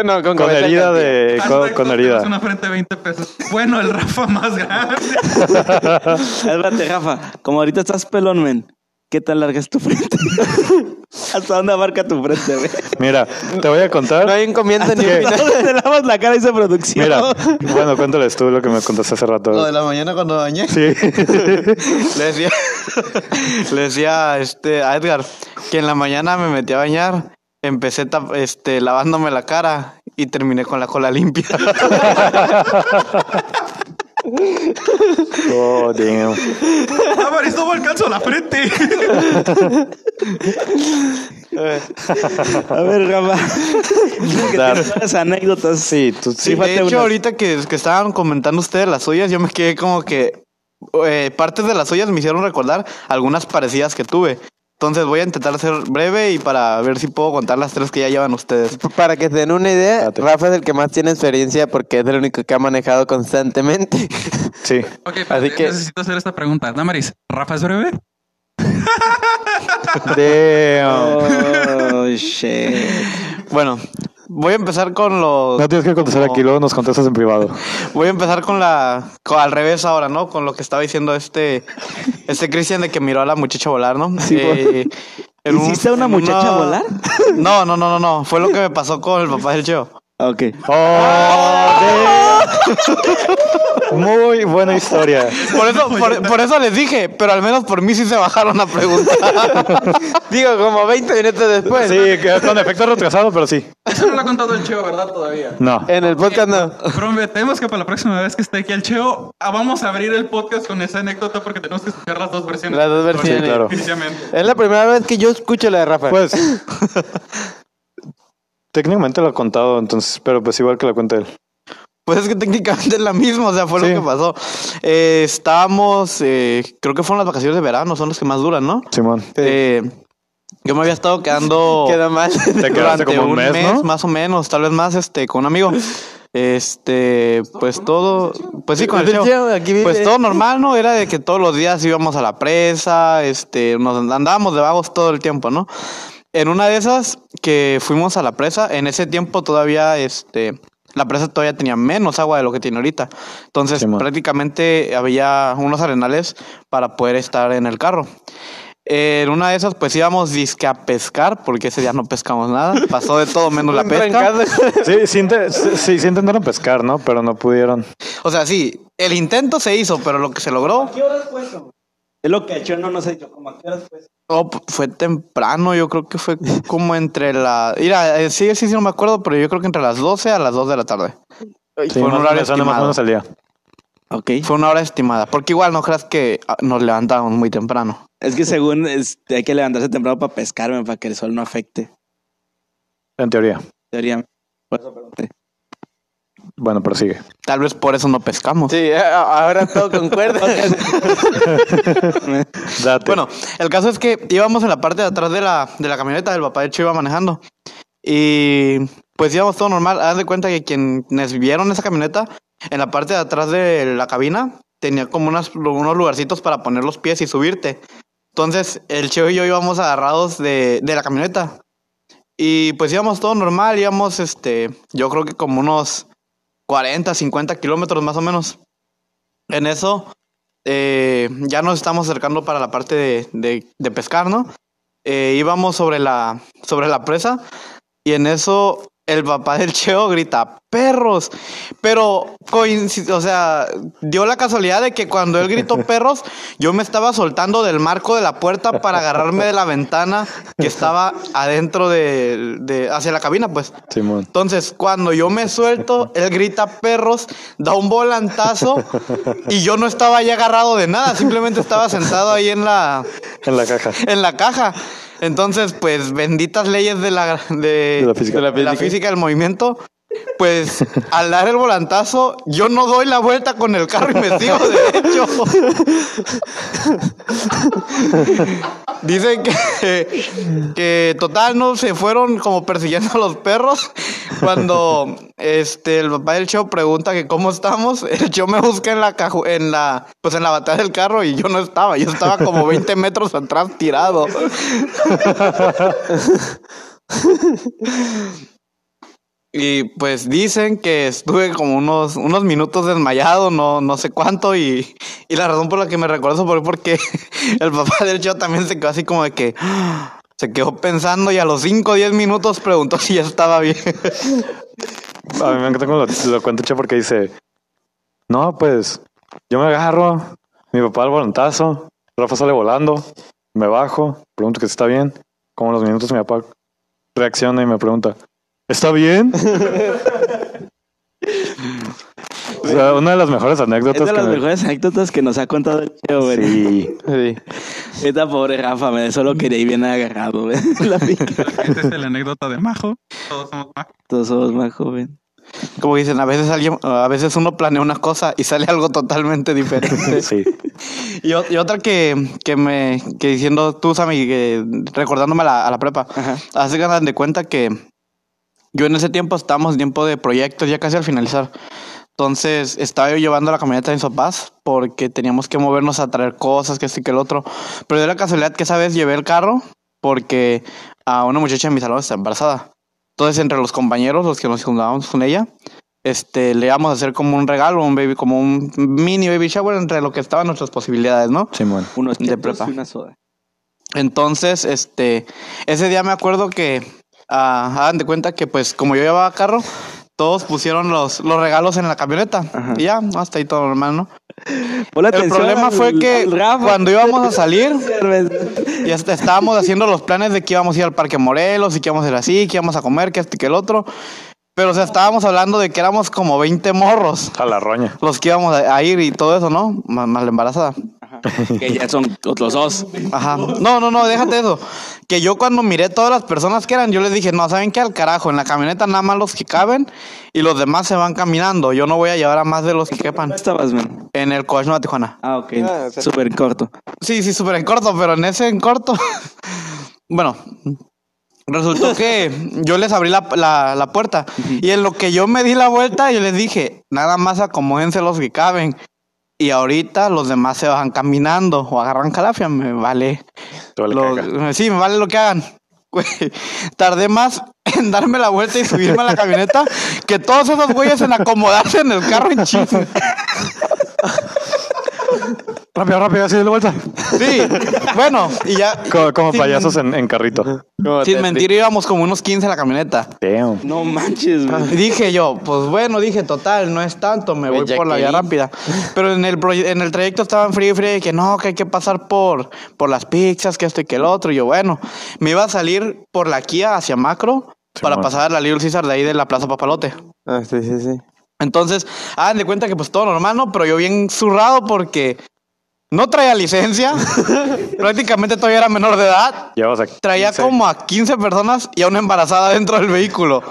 [SPEAKER 5] No, con,
[SPEAKER 1] Con
[SPEAKER 5] cabeza
[SPEAKER 1] herida de.
[SPEAKER 3] Hashtag
[SPEAKER 1] Con, con
[SPEAKER 3] todos tenemos
[SPEAKER 1] herida.
[SPEAKER 3] Una frente de 20 pesos. Bueno, el Rafa más [LAUGHS] grande.
[SPEAKER 2] Espérate, Rafa. Como ahorita estás pelón, men. ¿Qué tan larga es tu frente? [LAUGHS] ¿Hasta dónde abarca tu frente, men?
[SPEAKER 1] Mira, te voy a contar.
[SPEAKER 5] No hay un comienzo ni un
[SPEAKER 1] que-
[SPEAKER 5] final.
[SPEAKER 2] No, te lavas la cara y se producción.
[SPEAKER 1] Mira, bueno, cuéntales tú lo que me contaste hace
[SPEAKER 4] Lo
[SPEAKER 1] rato.
[SPEAKER 4] de la mañana cuando bañé.
[SPEAKER 1] Sí.
[SPEAKER 4] [LAUGHS] Le decía, [LAUGHS] le decía este, a Edgar que en la mañana me metí a bañar, empecé tap- este, lavándome la cara y terminé con la cola limpia.
[SPEAKER 1] Oh, damn.
[SPEAKER 3] Álvarez, no me alcanzo la frente.
[SPEAKER 2] A ver, Rafa. Que tienes varias anécdotas.
[SPEAKER 1] Sí, tú sí.
[SPEAKER 4] Sí, de
[SPEAKER 2] falta
[SPEAKER 4] hecho,
[SPEAKER 2] una.
[SPEAKER 4] ahorita que, que estaban comentando ustedes las suyas, yo me quedé como que eh, partes de las suyas me hicieron recordar algunas parecidas que tuve. Entonces voy a intentar ser breve y para ver si puedo contar las tres que ya llevan ustedes.
[SPEAKER 5] Para que se den una idea,
[SPEAKER 1] Espérate.
[SPEAKER 5] Rafa es el que más tiene experiencia porque es el único que ha manejado constantemente. [LAUGHS]
[SPEAKER 1] Sí.
[SPEAKER 3] Ok, pero
[SPEAKER 5] Así que-
[SPEAKER 3] necesito hacer esta pregunta. Damaris, ¿Rafa es breve?
[SPEAKER 1] Damn.
[SPEAKER 2] Oh, shit.
[SPEAKER 4] Bueno, voy a empezar con los...
[SPEAKER 1] No tienes que contestar aquí, luego nos contestas en privado.
[SPEAKER 4] Voy a empezar con la. con- al revés ahora, ¿no? Con lo que estaba diciendo este. Este Cristian de que miró a la muchacha volar, ¿no? Eh, en un-
[SPEAKER 2] ¿Hiciste a una
[SPEAKER 4] en
[SPEAKER 2] muchacha volar?
[SPEAKER 4] No, no, no, no, no. Fue lo que me pasó con el papá del Cheo.
[SPEAKER 2] Ok.
[SPEAKER 1] Oh, damn. Muy buena historia.
[SPEAKER 4] Por eso, por, por eso les dije, pero al menos por mí sí se bajaron a
[SPEAKER 1] [LAUGHS]
[SPEAKER 4] preguntar.
[SPEAKER 5] Digo, como 20 minutos después.
[SPEAKER 1] Sí, que- con efecto retrasado, pero sí.
[SPEAKER 3] Eso no lo ha contado el Cheo, ¿verdad? Todavía.
[SPEAKER 1] No.
[SPEAKER 4] Eh,
[SPEAKER 5] En el podcast no.
[SPEAKER 3] Prometemos Eh, que para la próxima vez que esté aquí el Cheo, ah, vamos a abrir el podcast con esa anécdota porque tenemos que escuchar las dos versiones.
[SPEAKER 5] Las dos versiones.
[SPEAKER 1] Sí, claro.
[SPEAKER 3] Definitivamente.
[SPEAKER 5] Es la primera vez que yo escucho la de Rafa. [LAUGHS]
[SPEAKER 1] Pues. [LAUGHS] técnicamente lo ha contado, entonces, pero pues igual que la cuenta él.
[SPEAKER 4] Pues es que técnicamente es la misma, o sea, fue
[SPEAKER 1] Sí.
[SPEAKER 4] lo que pasó. Eh, estábamos, eh, creo que fueron las vacaciones de verano, son las que más duran, ¿no?
[SPEAKER 1] Simón.
[SPEAKER 4] Eh, yo me había estado
[SPEAKER 1] [LAUGHS]
[SPEAKER 4] quedando
[SPEAKER 5] Queda mal.
[SPEAKER 1] Te quedaste
[SPEAKER 4] durante
[SPEAKER 1] como un mes, ¿no?
[SPEAKER 4] más o menos, tal vez más, este, con un
[SPEAKER 1] [LAUGHS]
[SPEAKER 4] amigo. Este, pues todo, pues
[SPEAKER 5] [LAUGHS]
[SPEAKER 4] sí, con el
[SPEAKER 5] Del
[SPEAKER 4] Cheo.
[SPEAKER 5] Cheo, aquí vive.
[SPEAKER 4] Pues todo normal, ¿no? Era de que todos los días íbamos a la presa, este, nos and- andábamos de vagos todo el tiempo, ¿no? En una de esas que fuimos a la presa, en ese tiempo todavía, este, la presa todavía tenía menos agua de lo que tiene ahorita. Entonces,
[SPEAKER 1] Simón.
[SPEAKER 4] prácticamente había unos arenales para poder estar en el carro. En una de esas, pues íbamos disque a pescar, porque ese día no pescamos nada. Pasó de todo menos la pesca.
[SPEAKER 5] Arrancando.
[SPEAKER 1] Sí, sí, inte- sí, sí intentaron pescar, ¿no? Pero no pudieron.
[SPEAKER 4] O sea, sí, el intento se hizo, pero lo que se logró
[SPEAKER 6] qué horas fue eso? Es lo que el Cheo no nos ha dicho, como a qué horas fue eso.
[SPEAKER 4] Oh, p- fue temprano, yo creo
[SPEAKER 1] [LAUGHS]
[SPEAKER 4] que fue como entre la... Mira, eh, sí, sí, sí, no me acuerdo, pero yo creo que entre las 12 a las 2 de la tarde.
[SPEAKER 1] Sí,
[SPEAKER 4] fue un
[SPEAKER 1] más-
[SPEAKER 4] horario
[SPEAKER 1] me suena más o
[SPEAKER 4] estimado.
[SPEAKER 1] menos al día.
[SPEAKER 2] Ok.
[SPEAKER 4] Fue una hora estimada, porque igual no creas que ah, nos levantábamos muy temprano.
[SPEAKER 2] Es que según este, hay que levantarse temprano para pescarme, para que el sol no afecte.
[SPEAKER 1] En teoría.
[SPEAKER 2] Teoría. Por eso pregunté.
[SPEAKER 1] Bueno, pero sigue.
[SPEAKER 4] Tal vez por eso no pescamos.
[SPEAKER 5] Sí, a- a- ahora todo
[SPEAKER 1] [LAUGHS]
[SPEAKER 5] concuerda.
[SPEAKER 1] Date.
[SPEAKER 4] Bueno, el caso es que íbamos en la parte de atrás de la, de la camioneta, el papá de hecho iba manejando. Y pues íbamos todo normal. Haz de cuenta que quienes vieron esa camioneta, en la parte de atrás de la cabina, tenía como unas, unos lugarcitos para poner los pies y subirte. Entonces, el Cheo y yo íbamos agarrados de, de la camioneta. Y pues íbamos todo normal, íbamos, este, yo creo que como unos 40, 50 kilómetros más o menos. En eso, eh, ya nos estamos acercando para la parte de, de- de pescar, ¿no? Eh, íbamos sobre la, sobre la presa y en eso el papá del Cheo grita, perros. Pero, coinci- o sea, dio la casualidad de que cuando él gritó perros, yo me estaba soltando del marco de la puerta para agarrarme de la ventana que estaba adentro de, de hacia la cabina, pues.
[SPEAKER 1] Simón.
[SPEAKER 4] Entonces, cuando yo me suelto, él grita perros, da un volantazo y yo no estaba ya agarrado de nada, simplemente estaba sentado ahí en la,
[SPEAKER 1] En la caja.
[SPEAKER 4] [LAUGHS] en la caja. Entonces, pues benditas leyes de la, de,
[SPEAKER 1] De la física.
[SPEAKER 4] de la física del movimiento.
[SPEAKER 1] [LAUGHS]
[SPEAKER 4] Pues al dar el volantazo, yo no doy la vuelta con el carro y me sigo
[SPEAKER 1] [LAUGHS]
[SPEAKER 4] derecho. Dicen que, que total no se fueron como persiguiendo a los perros. Cuando este el papá del show pregunta que cómo estamos, el show me busca en la caju- en la pues en la batalla del carro y yo no estaba, yo estaba como 20 metros atrás tirado. Y pues dicen que estuve como unos, unos minutos desmayado, no, no sé cuánto, y, y la razón por la que me recuerdo eso fue porque [LAUGHS] el papá del show también se quedó así como de que "Ah", se quedó pensando y a los 5 o 10 minutos preguntó si ya estaba bien. [LAUGHS]
[SPEAKER 1] A mí me encanta cuando lo, lo cuenta Che porque dice: No, pues yo me agarro, mi papá al volantazo, Rafa sale volando, me bajo, pregunto que si está bien. Como a los minutos mi papá reacciona y me pregunta: ¿Está bien? o sea, una de las mejores
[SPEAKER 2] Es
[SPEAKER 1] anécdotas
[SPEAKER 2] de las
[SPEAKER 1] que me-
[SPEAKER 2] mejores anécdotas que nos ha contado el Cheo, güey.
[SPEAKER 1] Sí.
[SPEAKER 5] Sí.
[SPEAKER 2] Esta pobre Rafa, me solo quería ir bien agarrado, güey. La vida.
[SPEAKER 3] Esta es la anécdota de Majo. Todos somos Majo.
[SPEAKER 2] Todos somos más joven.
[SPEAKER 4] Como dicen, a veces alguien, a veces uno planea una cosa y sale algo totalmente diferente. [LAUGHS]
[SPEAKER 1] Sí.
[SPEAKER 2] [LAUGHS]
[SPEAKER 4] Y, o- y otra que, que me que diciendo tú, Sammy, que recordándome a la, a la prepa,
[SPEAKER 2] Ajá.
[SPEAKER 4] hace ganas de cuenta que yo en ese tiempo estábamos en tiempo de proyectos, ya casi al finalizar. Entonces estaba yo llevando la camioneta de mis papás porque teníamos que movernos a traer cosas, que este que el otro. Pero de la casualidad que esa vez llevé el carro porque a una muchacha de mi salón está embarazada. Entonces entre los compañeros, los que nos juntábamos con ella, este, le íbamos a hacer como un regalo, un baby, como un mini baby shower entre lo que estaban nuestras posibilidades, ¿no?
[SPEAKER 1] Simón.
[SPEAKER 2] Unos
[SPEAKER 4] De
[SPEAKER 2] chetos
[SPEAKER 4] prepa.
[SPEAKER 2] y una soda.
[SPEAKER 4] Entonces, este, ese día me acuerdo que ah, hagan de cuenta que pues como yo llevaba carro, todos pusieron los, los regalos en la camioneta.
[SPEAKER 2] Ajá.
[SPEAKER 4] Y ya, hasta ahí todo normal, ¿no?
[SPEAKER 2] Pon
[SPEAKER 4] El
[SPEAKER 2] atención
[SPEAKER 4] problema
[SPEAKER 2] al-
[SPEAKER 4] fue que
[SPEAKER 2] al Rafa.
[SPEAKER 4] cuando íbamos a salir,
[SPEAKER 2] Cerveza.
[SPEAKER 4] ya est- estábamos haciendo los planes de que íbamos a ir al Parque Morelos y que íbamos a ir así, que íbamos a comer, que este, que el otro. Pero, o sea, estábamos hablando de que éramos como 20 morros
[SPEAKER 1] A la roña.
[SPEAKER 4] los que íbamos a, a ir y todo eso, ¿no? Más, más la embarazada.
[SPEAKER 2] que ya son los dos.
[SPEAKER 4] Ajá. No, no, no, déjate eso. Que yo cuando miré todas las personas que eran, yo les dije, no, ¿saben qué? Al carajo, en la camioneta nada más los que caben y los demás se van caminando. Yo no voy a llevar a más de los que
[SPEAKER 2] ¿Dónde
[SPEAKER 4] quepan
[SPEAKER 2] estabas, man?
[SPEAKER 4] en el Coach Nueva Tijuana.
[SPEAKER 2] Ah, ok.
[SPEAKER 5] Ah, o sea-
[SPEAKER 2] Súper corto.
[SPEAKER 4] Sí, sí, súper en corto, pero en ese en corto. [LAUGHS] bueno, resultó que yo les abrí la, la- la puerta y en lo que yo me di la vuelta, yo les dije, nada más acomódense los que caben. Y ahorita los demás se van caminando o agarran calafia, me vale.
[SPEAKER 1] Te vale
[SPEAKER 4] Lo-
[SPEAKER 1] caca.
[SPEAKER 4] eh, sí, me vale lo que hagan. [LAUGHS] Güey, tardé más en darme la vuelta y subirme a la camioneta que todos esos güeyes en acomodarse en el carro en chisme.
[SPEAKER 1] Rápido, rápido, así de la
[SPEAKER 2] [LAUGHS]
[SPEAKER 1] vuelta.
[SPEAKER 4] Sí, bueno, y ya.
[SPEAKER 1] Como, como
[SPEAKER 4] sin
[SPEAKER 1] payasos en, en carrito.
[SPEAKER 5] Como
[SPEAKER 4] Sin
[SPEAKER 5] te-
[SPEAKER 4] mentir, íbamos como unos 15 en la camioneta.
[SPEAKER 1] Damn.
[SPEAKER 2] No manches, man.
[SPEAKER 1] Mm.
[SPEAKER 4] Y dije yo, pues bueno, dije, total, no es tanto, me voy
[SPEAKER 5] Bella
[SPEAKER 4] por la vía
[SPEAKER 5] querida.
[SPEAKER 4] rápida. Pero en el, proye- en el trayecto estaban frío y frío, y que no, que hay que pasar por, por las pizzas, que esto y que el otro. Y yo, bueno, me iba a salir por la Kia hacia Macro para
[SPEAKER 1] Simón.
[SPEAKER 4] pasar a la Little César de ahí de la Plaza Papalote.
[SPEAKER 5] Ah, sí, sí, sí.
[SPEAKER 4] Entonces, hagan de cuenta que pues todo normal, ¿no? Pero yo bien zurrado porque no traía licencia, prácticamente todavía era menor de edad.
[SPEAKER 1] Llevas a
[SPEAKER 4] Traía
[SPEAKER 1] 15.
[SPEAKER 4] como a 15 personas y a una embarazada dentro del vehículo.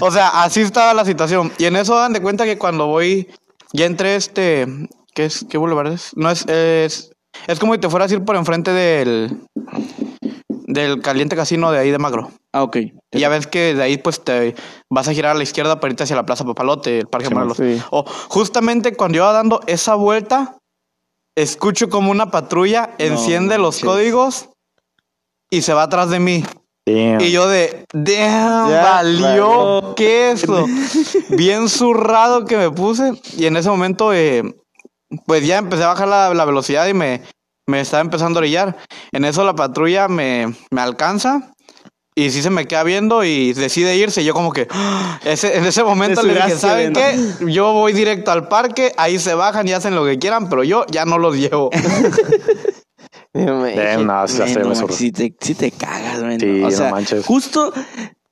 [SPEAKER 4] O sea, así estaba la situación. Y en eso dan de cuenta que cuando voy, ya entré este. ¿Qué es? ¿Qué boulevard es? No es. Es, es como si te fueras a ir por enfrente del. Del caliente casino de ahí de Magro.
[SPEAKER 2] Ah, ok.
[SPEAKER 4] Y ya ves que de ahí pues te vas a girar a la izquierda para irte hacia la Plaza Papalote, el Parque
[SPEAKER 1] Sí,
[SPEAKER 4] Morelos.
[SPEAKER 5] sí.
[SPEAKER 4] O justamente cuando iba dando esa vuelta, escucho como una patrulla enciende los
[SPEAKER 2] manches.
[SPEAKER 4] códigos y se va atrás de mí.
[SPEAKER 1] Damn.
[SPEAKER 4] Y yo de, damn,
[SPEAKER 5] Ya
[SPEAKER 4] valió queso. Bien zurrado que me puse. Y en ese momento, eh, pues ya empecé a bajar la, la velocidad y me, me estaba empezando a orillar. En eso la patrulla me, me alcanza. Y sí se me queda viendo y decide irse. Y yo como que, [GASPS] ¡ah! ese- en ese momento
[SPEAKER 2] Te
[SPEAKER 4] le dije,
[SPEAKER 2] sudaste,
[SPEAKER 4] ¿saben
[SPEAKER 2] ¿no?
[SPEAKER 4] qué? Yo voy directo al parque, ahí se bajan y hacen lo que quieran, pero yo ya no los llevo.
[SPEAKER 5] No me-
[SPEAKER 1] Damn, no, sí, ya se
[SPEAKER 2] Man,
[SPEAKER 1] me
[SPEAKER 2] no,
[SPEAKER 1] zurró.
[SPEAKER 2] si, te, si te cagas, man.
[SPEAKER 1] Sí,
[SPEAKER 2] o
[SPEAKER 1] no
[SPEAKER 2] sea,
[SPEAKER 1] manches.
[SPEAKER 2] justo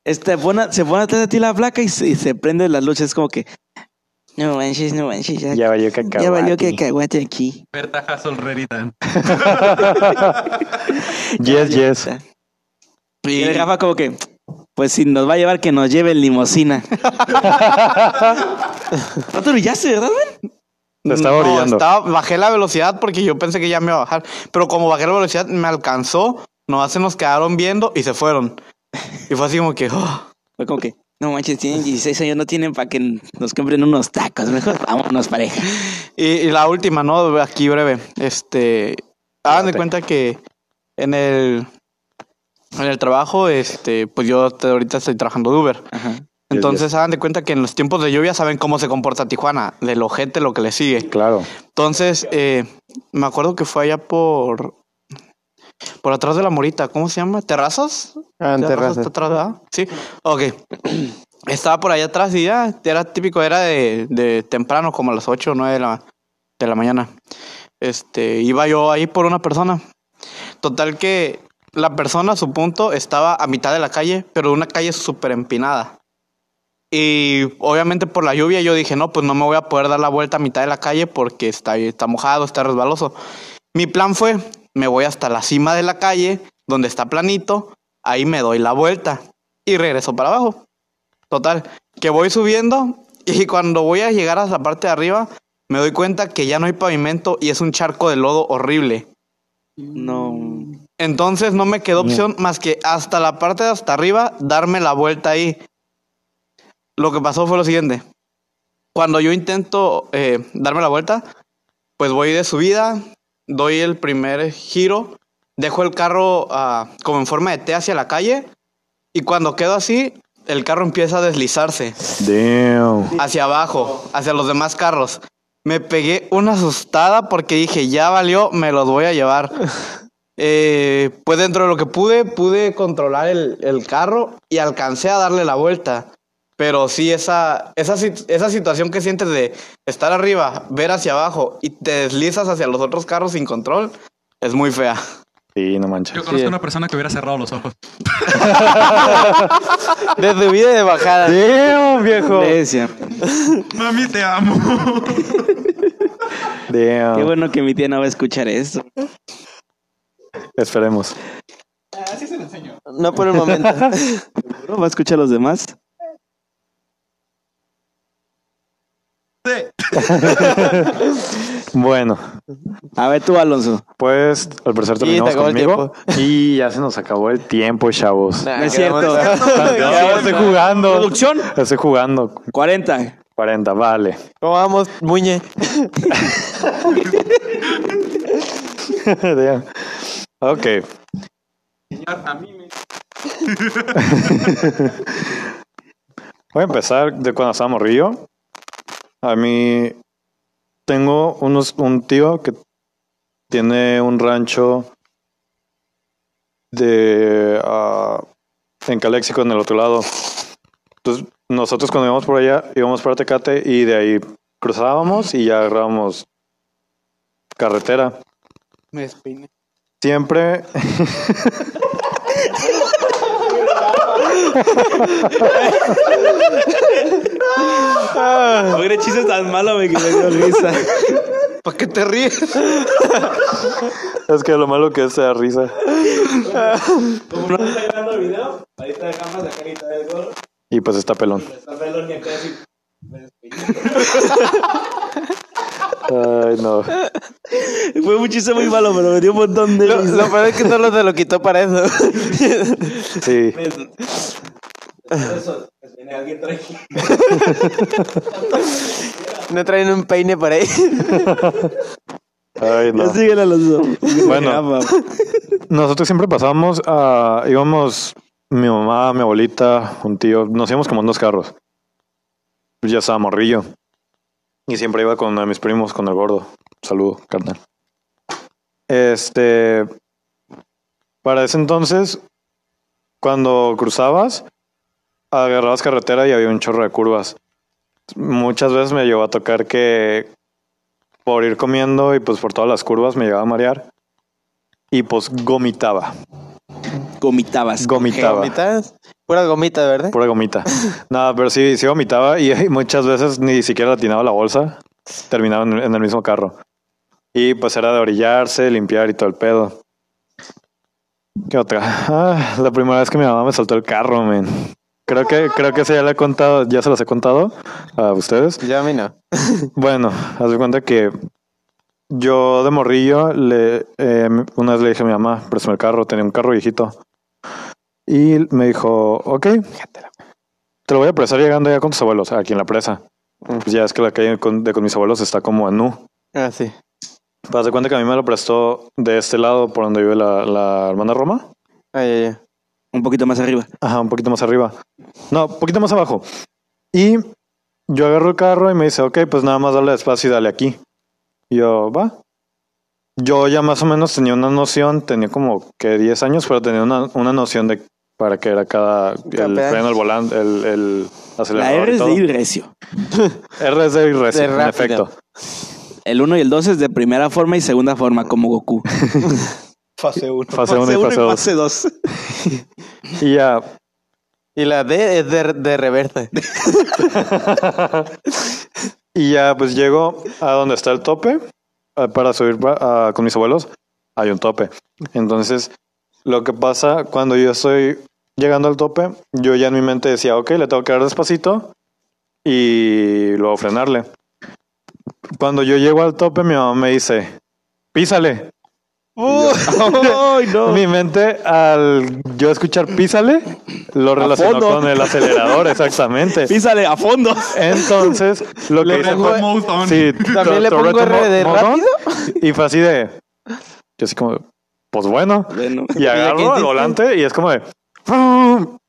[SPEAKER 2] este, pone- se pone atrás de ti la placa y se, y se prende las luces. Es como que. No manches, no manches. Ya,
[SPEAKER 1] Ya valió caca.
[SPEAKER 2] ya valió que caguate aquí.
[SPEAKER 3] Berta Hassel Reritan.
[SPEAKER 1] [LAUGHS] Yes, yes.
[SPEAKER 2] Y el Rafa, como que. Pues si nos va a llevar, que nos lleve
[SPEAKER 1] [LAUGHS]
[SPEAKER 2] en [LAUGHS] limosina. no te brillaste, ¿verdad, man?
[SPEAKER 1] Te estaba
[SPEAKER 4] No,
[SPEAKER 1] orillando.
[SPEAKER 4] estaba- bajé la velocidad porque yo pensé que ya me iba a bajar. Pero como bajé la velocidad, me alcanzó. Nomás se nos quedaron viendo y se fueron. [LAUGHS] Y fue así como que. oh.
[SPEAKER 2] Fue como que. No manches, tienen 16 años, no tienen para que nos compren unos tacos. Mejor vámonos, pareja.
[SPEAKER 4] Y, y la última, ¿no? Aquí breve. Este. Hagan de
[SPEAKER 1] Espérate.
[SPEAKER 4] cuenta que en el. En el trabajo, este, pues yo hasta ahorita estoy trabajando de Uber.
[SPEAKER 2] Ajá.
[SPEAKER 4] Entonces hagan de cuenta que en los tiempos de lluvia saben cómo se comporta Tijuana, del ojete lo que le sigue.
[SPEAKER 1] Claro.
[SPEAKER 4] Entonces, eh, me acuerdo que fue allá por. Por atrás de la morita, ¿cómo se llama? ¿Terrazas?
[SPEAKER 5] Ah, en terraza.
[SPEAKER 4] está atrás, ¿verdad? Sí. Ok. [CLEARS THROAT] Estaba por allá atrás y ya, era típico, era de, de temprano, como a las 8 o 9 de la, de la mañana. Este, iba yo ahí por una persona. Total que la persona, a su punto, estaba a mitad de la calle, pero una calle súper empinada. Y obviamente por la lluvia yo dije, no, pues no me voy a poder dar la vuelta a mitad de la calle porque está, está mojado, está resbaloso. Mi plan fue, me voy hasta la cima de la calle, donde está planito, ahí me doy la vuelta y regreso para abajo. Total, que voy subiendo y cuando voy a llegar a la parte de arriba, me doy cuenta que ya no hay pavimento y es un charco de lodo horrible.
[SPEAKER 2] No.
[SPEAKER 4] Entonces no me quedó opción más que hasta la parte de hasta arriba darme la vuelta ahí. Lo que pasó fue lo siguiente. Cuando yo intento eh, darme la vuelta, pues voy de subida, doy el primer giro, dejo el carro ah, como en forma de T hacia la calle y cuando quedo así, el carro empieza a deslizarse
[SPEAKER 1] Damn.
[SPEAKER 4] hacia abajo, hacia los demás carros. Me pegué una asustada porque dije, ya valió, me los voy
[SPEAKER 5] [LAUGHS]
[SPEAKER 4] a llevar. Eh, pues dentro de lo que pude, pude controlar el, el carro y alcancé a darle la vuelta. Pero sí, esa, esa, sit- esa situación que sientes de estar arriba, ver hacia abajo y te deslizas hacia los otros carros sin control, es muy fea.
[SPEAKER 1] Sí, no manches.
[SPEAKER 3] Yo conozco
[SPEAKER 5] es.
[SPEAKER 3] a una persona que hubiera cerrado los ojos.
[SPEAKER 5] De subida y de bajada.
[SPEAKER 1] Damn, viejo.
[SPEAKER 2] Es cierto.
[SPEAKER 3] Mami, te amo.
[SPEAKER 1] Damn.
[SPEAKER 2] Qué bueno que mi tía no va a escuchar esto.
[SPEAKER 1] Esperemos.
[SPEAKER 5] No por el momento.
[SPEAKER 2] ¿Seguro ¿Va a escuchar a los demás?
[SPEAKER 1] Bueno,
[SPEAKER 2] A ver tú, Alonso.
[SPEAKER 1] pues al parecer terminamos
[SPEAKER 5] acabó el
[SPEAKER 1] conmigo. Y ya se nos acabó el tiempo,
[SPEAKER 2] [LAUGHS]
[SPEAKER 1] chavos.
[SPEAKER 5] Nah,
[SPEAKER 2] No es
[SPEAKER 5] quedamos-
[SPEAKER 2] cierto.
[SPEAKER 1] Ya estoy jugando.
[SPEAKER 2] Producción.
[SPEAKER 1] Estoy jugando.
[SPEAKER 2] 40.
[SPEAKER 1] 40, vale.
[SPEAKER 5] ¿Cómo vamos, Muñe?
[SPEAKER 1] Damn. ok. [LAUGHS] Voy a empezar de cuando estaba morrillo. A mí tengo unos, un tío que tiene un rancho de ah, en Caléxico, en el otro lado. Entonces, nosotros cuando íbamos por allá, íbamos para Tecate y de ahí cruzábamos y ya agarrábamos carretera.
[SPEAKER 5] Me espine.
[SPEAKER 1] Siempre [LAUGHS]
[SPEAKER 2] Oye, chistes tan malo, me quedé con risa.
[SPEAKER 4] ¿Para qué te ríes?
[SPEAKER 1] es que lo malo que es se da risa.
[SPEAKER 6] Como no está grabando el video, ahí está la cámara, la carita del gorro,
[SPEAKER 1] Y pues está pelón.
[SPEAKER 6] está pelón y acá así. pues,
[SPEAKER 1] Ay, no.
[SPEAKER 2] Fue un chiste muy malo, pero me dio un montón de
[SPEAKER 5] [LAUGHS] Lo,
[SPEAKER 2] risa.
[SPEAKER 5] lo peor es que solo se lo quitó para eso.
[SPEAKER 1] Sí.
[SPEAKER 6] Eso, pues viene alguien tranquilo.
[SPEAKER 5] No traen un peine por
[SPEAKER 4] [LAUGHS]
[SPEAKER 5] ahí.
[SPEAKER 1] Ay, no.
[SPEAKER 2] Ya síguele, Alonso.
[SPEAKER 1] [LAUGHS] Bueno. Nosotros siempre pasábamos a. Íbamos mi mamá, mi abuelita, un tío. Nos íbamos como en dos carros. Ya estaba morrillo. Y siempre iba con uno de mis primos, con el gordo. Saludo, carnal. Este. Para ese entonces, cuando cruzabas, agarrabas carretera y había un chorro de curvas. Muchas veces me llegó a tocar que por ir comiendo y pues por todas las curvas me llegaba a marear. Y pues gomitaba,
[SPEAKER 2] Gomitabas.
[SPEAKER 1] gomitaba,
[SPEAKER 5] ¿Gomitas? Pura gomita, ¿verdad?
[SPEAKER 1] pura gomita. Nada, pero sí, sí vomitaba y [LAUGHS] y muchas veces ni siquiera atinaba la bolsa, terminaba en, en el mismo carro. Y pues era de orillarse, limpiar y todo el pedo. ¿Qué otra? Ah, la primera vez que mi mamá me soltó el carro, men. Creo que, creo que esa ya la he contado, ya se las he contado a ustedes.
[SPEAKER 5] Ya a mí no. [LAUGHS]
[SPEAKER 1] Bueno, haz de cuenta que yo de morrillo, le, eh, una vez le dije a mi mamá, préstame el carro, tenía un carro viejito. Y me dijo, ok, te lo voy a prestar llegando ya con tus abuelos, aquí en la presa.
[SPEAKER 2] Mm.
[SPEAKER 1] Pues ya es que la calle con, de con mis abuelos está como a nu.
[SPEAKER 5] Ah, sí.
[SPEAKER 1] Pues haz de cuenta que a mí me lo prestó de este lado, por donde vive la, la hermana Roma.
[SPEAKER 5] Ay, ay, ay.
[SPEAKER 2] Un poquito más arriba.
[SPEAKER 1] Ajá, un poquito más arriba. No, un poquito más abajo. Y yo agarro el carro y me dice, ok, pues nada más dale despacio y dale aquí. Y yo, va. Yo ya más o menos tenía una noción, tenía como que 10 años, pero tenía una, una noción de para qué era cada... El
[SPEAKER 5] Campeón.
[SPEAKER 1] freno, el volante, el, el
[SPEAKER 2] La
[SPEAKER 1] acelerador
[SPEAKER 2] R
[SPEAKER 1] y
[SPEAKER 2] es
[SPEAKER 1] todo.
[SPEAKER 2] de ir recio.
[SPEAKER 1] R es de ir recio,
[SPEAKER 5] De
[SPEAKER 1] en efecto.
[SPEAKER 5] rápido.
[SPEAKER 2] El 1 y el 2 es de primera forma y segunda forma, como Goku.
[SPEAKER 4] Fase 1.
[SPEAKER 1] Fase 1 y fase 2.
[SPEAKER 2] 2.
[SPEAKER 1] Y ya,
[SPEAKER 5] Y la D es de, de reversa.
[SPEAKER 1] Y ya pues llego a donde está el tope eh, para subir pa- a- con mis abuelos. Hay un tope. Entonces, lo que pasa cuando yo estoy llegando al tope, yo ya en mi mente decía, ok, le tengo que dar despacito y luego frenarle. Cuando yo llego al tope, mi mamá me dice, písale. [LAUGHS]
[SPEAKER 2] ¡Ay, [LAUGHS] no!
[SPEAKER 1] Mi mente, al yo escuchar písale, lo relacionó
[SPEAKER 2] fondo.
[SPEAKER 1] con el
[SPEAKER 2] [LAUGHS]
[SPEAKER 1] acelerador, exactamente.
[SPEAKER 2] [LAUGHS] Písale a fondo.
[SPEAKER 1] Entonces, lo que
[SPEAKER 3] Le
[SPEAKER 1] hice
[SPEAKER 3] pongo
[SPEAKER 1] fue...
[SPEAKER 3] mode on.
[SPEAKER 1] Sí,
[SPEAKER 5] También le pongo
[SPEAKER 1] Toretto
[SPEAKER 5] R de
[SPEAKER 1] Mo- Modón,
[SPEAKER 5] rápido.
[SPEAKER 1] Y fue así de... Yo así como, pues bueno.
[SPEAKER 2] Bueno,
[SPEAKER 5] [LAUGHS]
[SPEAKER 1] Y
[SPEAKER 5] qué
[SPEAKER 1] agarro
[SPEAKER 5] hiciste?
[SPEAKER 1] al volante y es como de...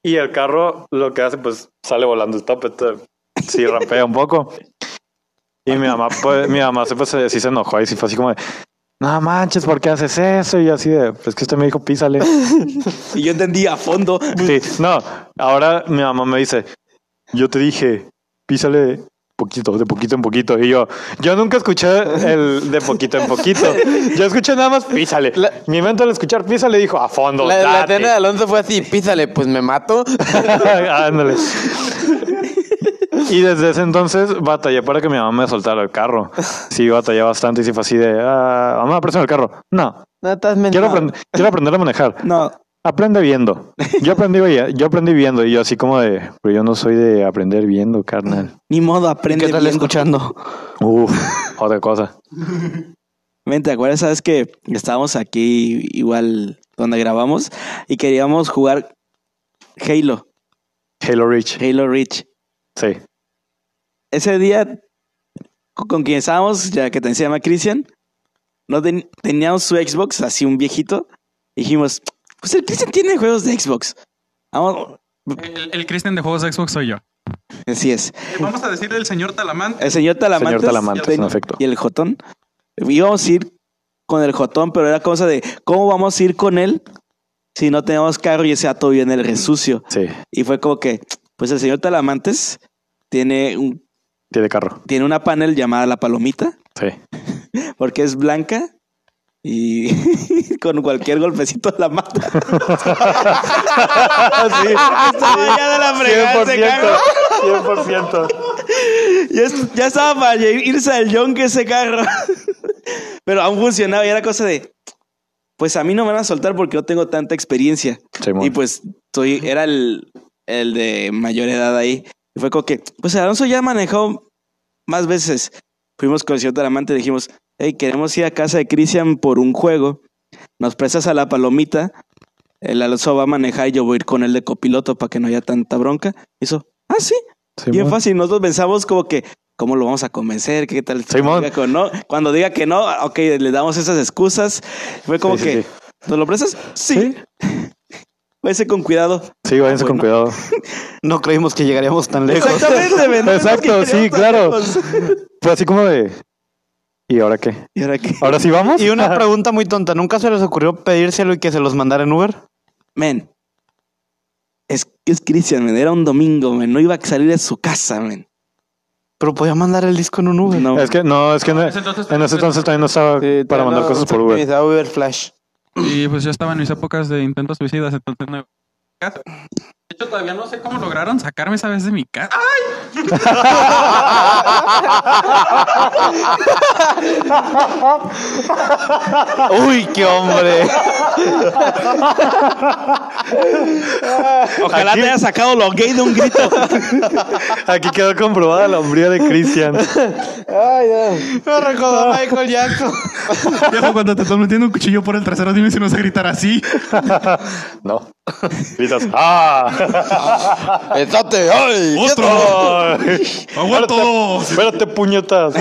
[SPEAKER 1] Y el carro lo que hace, pues sale volando el tope. te- Sí, rampea un poco. Y mi mamá, pues, mi mamá se, pues, se- sí se enojó y sí fue así como de... No manches, ¿por qué haces eso? Y yo así de, pues que usted me dijo, písale.
[SPEAKER 2] y yo entendí a fondo.
[SPEAKER 1] Sí, no, ahora mi mamá me dice, Yo te dije, písale poquito, de poquito en poquito. Y yo, yo nunca escuché el de poquito en poquito. Yo escuché nada más písale.
[SPEAKER 5] La-
[SPEAKER 1] Mi mente al escuchar písale dijo, a fondo,
[SPEAKER 5] La, la
[SPEAKER 1] date".
[SPEAKER 5] escena de Alonso fue así, písale, pues me mato.
[SPEAKER 1] [LAUGHS]
[SPEAKER 5] [LAUGHS]
[SPEAKER 1] Ándale. Y desde ese entonces batallé para que mi mamá me soltara el carro. Sí, batallé bastante y sí fue así de, ah, mamá, préstame el carro. No,
[SPEAKER 5] No estás mentando.
[SPEAKER 1] quiero, aprend- quiero aprender a manejar.
[SPEAKER 2] No,
[SPEAKER 1] Aprende viendo. Yo aprendí, oye, yo aprendí viendo y yo así como de, pero yo no soy de aprender viendo, carnal.
[SPEAKER 2] ni modo, aprende.
[SPEAKER 4] ¿Qué tal
[SPEAKER 2] viendo.
[SPEAKER 4] escuchando?
[SPEAKER 1] Uf, otra cosa.
[SPEAKER 2] Ven, ¿te acuerdas? Sabes que estábamos aquí igual donde grabamos y queríamos jugar Halo,
[SPEAKER 1] Halo Reach.
[SPEAKER 2] Halo Reach.
[SPEAKER 1] Sí.
[SPEAKER 2] Ese día co- con quien estábamos, ya que te- se llama Cristian, no ten- teníamos su Xbox, así un viejito. y dijimos, pues el Cristian tiene juegos de Xbox. Vamos,
[SPEAKER 3] El, el Christian de juegos de Xbox soy yo.
[SPEAKER 2] así es.
[SPEAKER 3] Eh, Vamos a decirle al señor Talamán.
[SPEAKER 2] El señor Talamantes.
[SPEAKER 1] Señor Talamantes,
[SPEAKER 2] ten-
[SPEAKER 1] en efecto.
[SPEAKER 2] Y el Jotón. Íbamos a ir con el Jotón, pero era cosa de cómo vamos a ir con él si no tenemos carro y ese ato vive en el resucio.
[SPEAKER 1] Sí,
[SPEAKER 2] Y fue como que, pues el señor Talamantes tiene, un,
[SPEAKER 1] tiene carro.
[SPEAKER 2] tiene una panel llamada La Palomita,
[SPEAKER 1] Sí.
[SPEAKER 2] porque es blanca y [LAUGHS] con cualquier golpecito la mata.
[SPEAKER 1] sí.
[SPEAKER 2] ya de la fregada, se
[SPEAKER 1] 100%.
[SPEAKER 2] caga.
[SPEAKER 1] 100%.
[SPEAKER 2] Ya, es- ya estaba para ir- irse al yonque ese carro. [LAUGHS] Pero aún funcionaba y era cosa de, pues a mí no me van a soltar porque no tengo tanta experiencia.
[SPEAKER 1] Simón.
[SPEAKER 2] Y pues soy, era el, el de mayor edad ahí. Y fue como que, pues Alonso ya manejó más veces. Fuimos con el señor Talamante y dijimos, hey, queremos ir a casa de Cristian por un juego. Nos prestas a la palomita. El Alonso va a manejar y yo voy a ir con él de copiloto para que no haya tanta bronca. Hizo, ah, sí, bien
[SPEAKER 1] Simón.
[SPEAKER 2] fácil. Nosotros pensamos como que, ¿cómo lo vamos a convencer? ¿Qué tal?
[SPEAKER 1] Simón.
[SPEAKER 2] Diga que no. Cuando diga que no, ok, le damos esas excusas. Fue como
[SPEAKER 1] Sí, sí,
[SPEAKER 2] que,
[SPEAKER 1] sí.
[SPEAKER 2] ¿nos lo prestas? Sí.
[SPEAKER 1] Sí.
[SPEAKER 2] [LAUGHS] Váyase con cuidado.
[SPEAKER 1] Sí,
[SPEAKER 2] Ah,
[SPEAKER 1] váyanse con cuidado.
[SPEAKER 4] No creímos que llegaríamos
[SPEAKER 5] [LAUGHS]
[SPEAKER 4] tan lejos. [LAUGHS]
[SPEAKER 2] Exactamente, ven, ven,
[SPEAKER 1] Exacto,
[SPEAKER 2] ven,
[SPEAKER 1] sí,
[SPEAKER 2] ven,
[SPEAKER 1] claro.
[SPEAKER 2] ven.
[SPEAKER 1] Fue así como de, ¿y ahora qué?
[SPEAKER 2] ¿Y ahora qué?
[SPEAKER 1] ¿Ahora sí vamos?
[SPEAKER 4] Y una pregunta muy tonta, ¿nunca se les ocurrió pedírselo y que se los mandara en Uber?
[SPEAKER 2] Men. Es que es Cristian, men. Era un domingo, men. No iba a salir de su casa, men.
[SPEAKER 4] Pero podía mandar el disco en un Uber.
[SPEAKER 2] No.
[SPEAKER 1] Es que no, es que no- en
[SPEAKER 3] ese entonces-
[SPEAKER 1] ese entonces también no estaba
[SPEAKER 5] Sí,
[SPEAKER 1] para
[SPEAKER 5] no,
[SPEAKER 1] mandar cosas por
[SPEAKER 5] utilizaba
[SPEAKER 1] Uber.
[SPEAKER 5] Uber Flash.
[SPEAKER 3] Y pues yo estaba en mis épocas de intentos suicidas, entonces no. De hecho, todavía no sé cómo lograron sacarme esa vez de mi casa.
[SPEAKER 4] ¡Uy, qué hombre!
[SPEAKER 2] Ojalá
[SPEAKER 1] Aquí-
[SPEAKER 2] te haya sacado los gays de un grito.
[SPEAKER 1] Aquí quedó comprobada la hombría de Cristian.
[SPEAKER 5] Ay, Dios.
[SPEAKER 4] Me recordó a Michael Jackson.
[SPEAKER 3] Viejo, cuando te estás metiendo un cuchillo por el trasero, dime si no vas a gritar así.
[SPEAKER 1] No. [LAUGHS] Gritas, ¡ah!
[SPEAKER 5] [LAUGHS] Estate, ay,
[SPEAKER 3] ¡Aguanta todos!
[SPEAKER 1] Espérate, puñetas.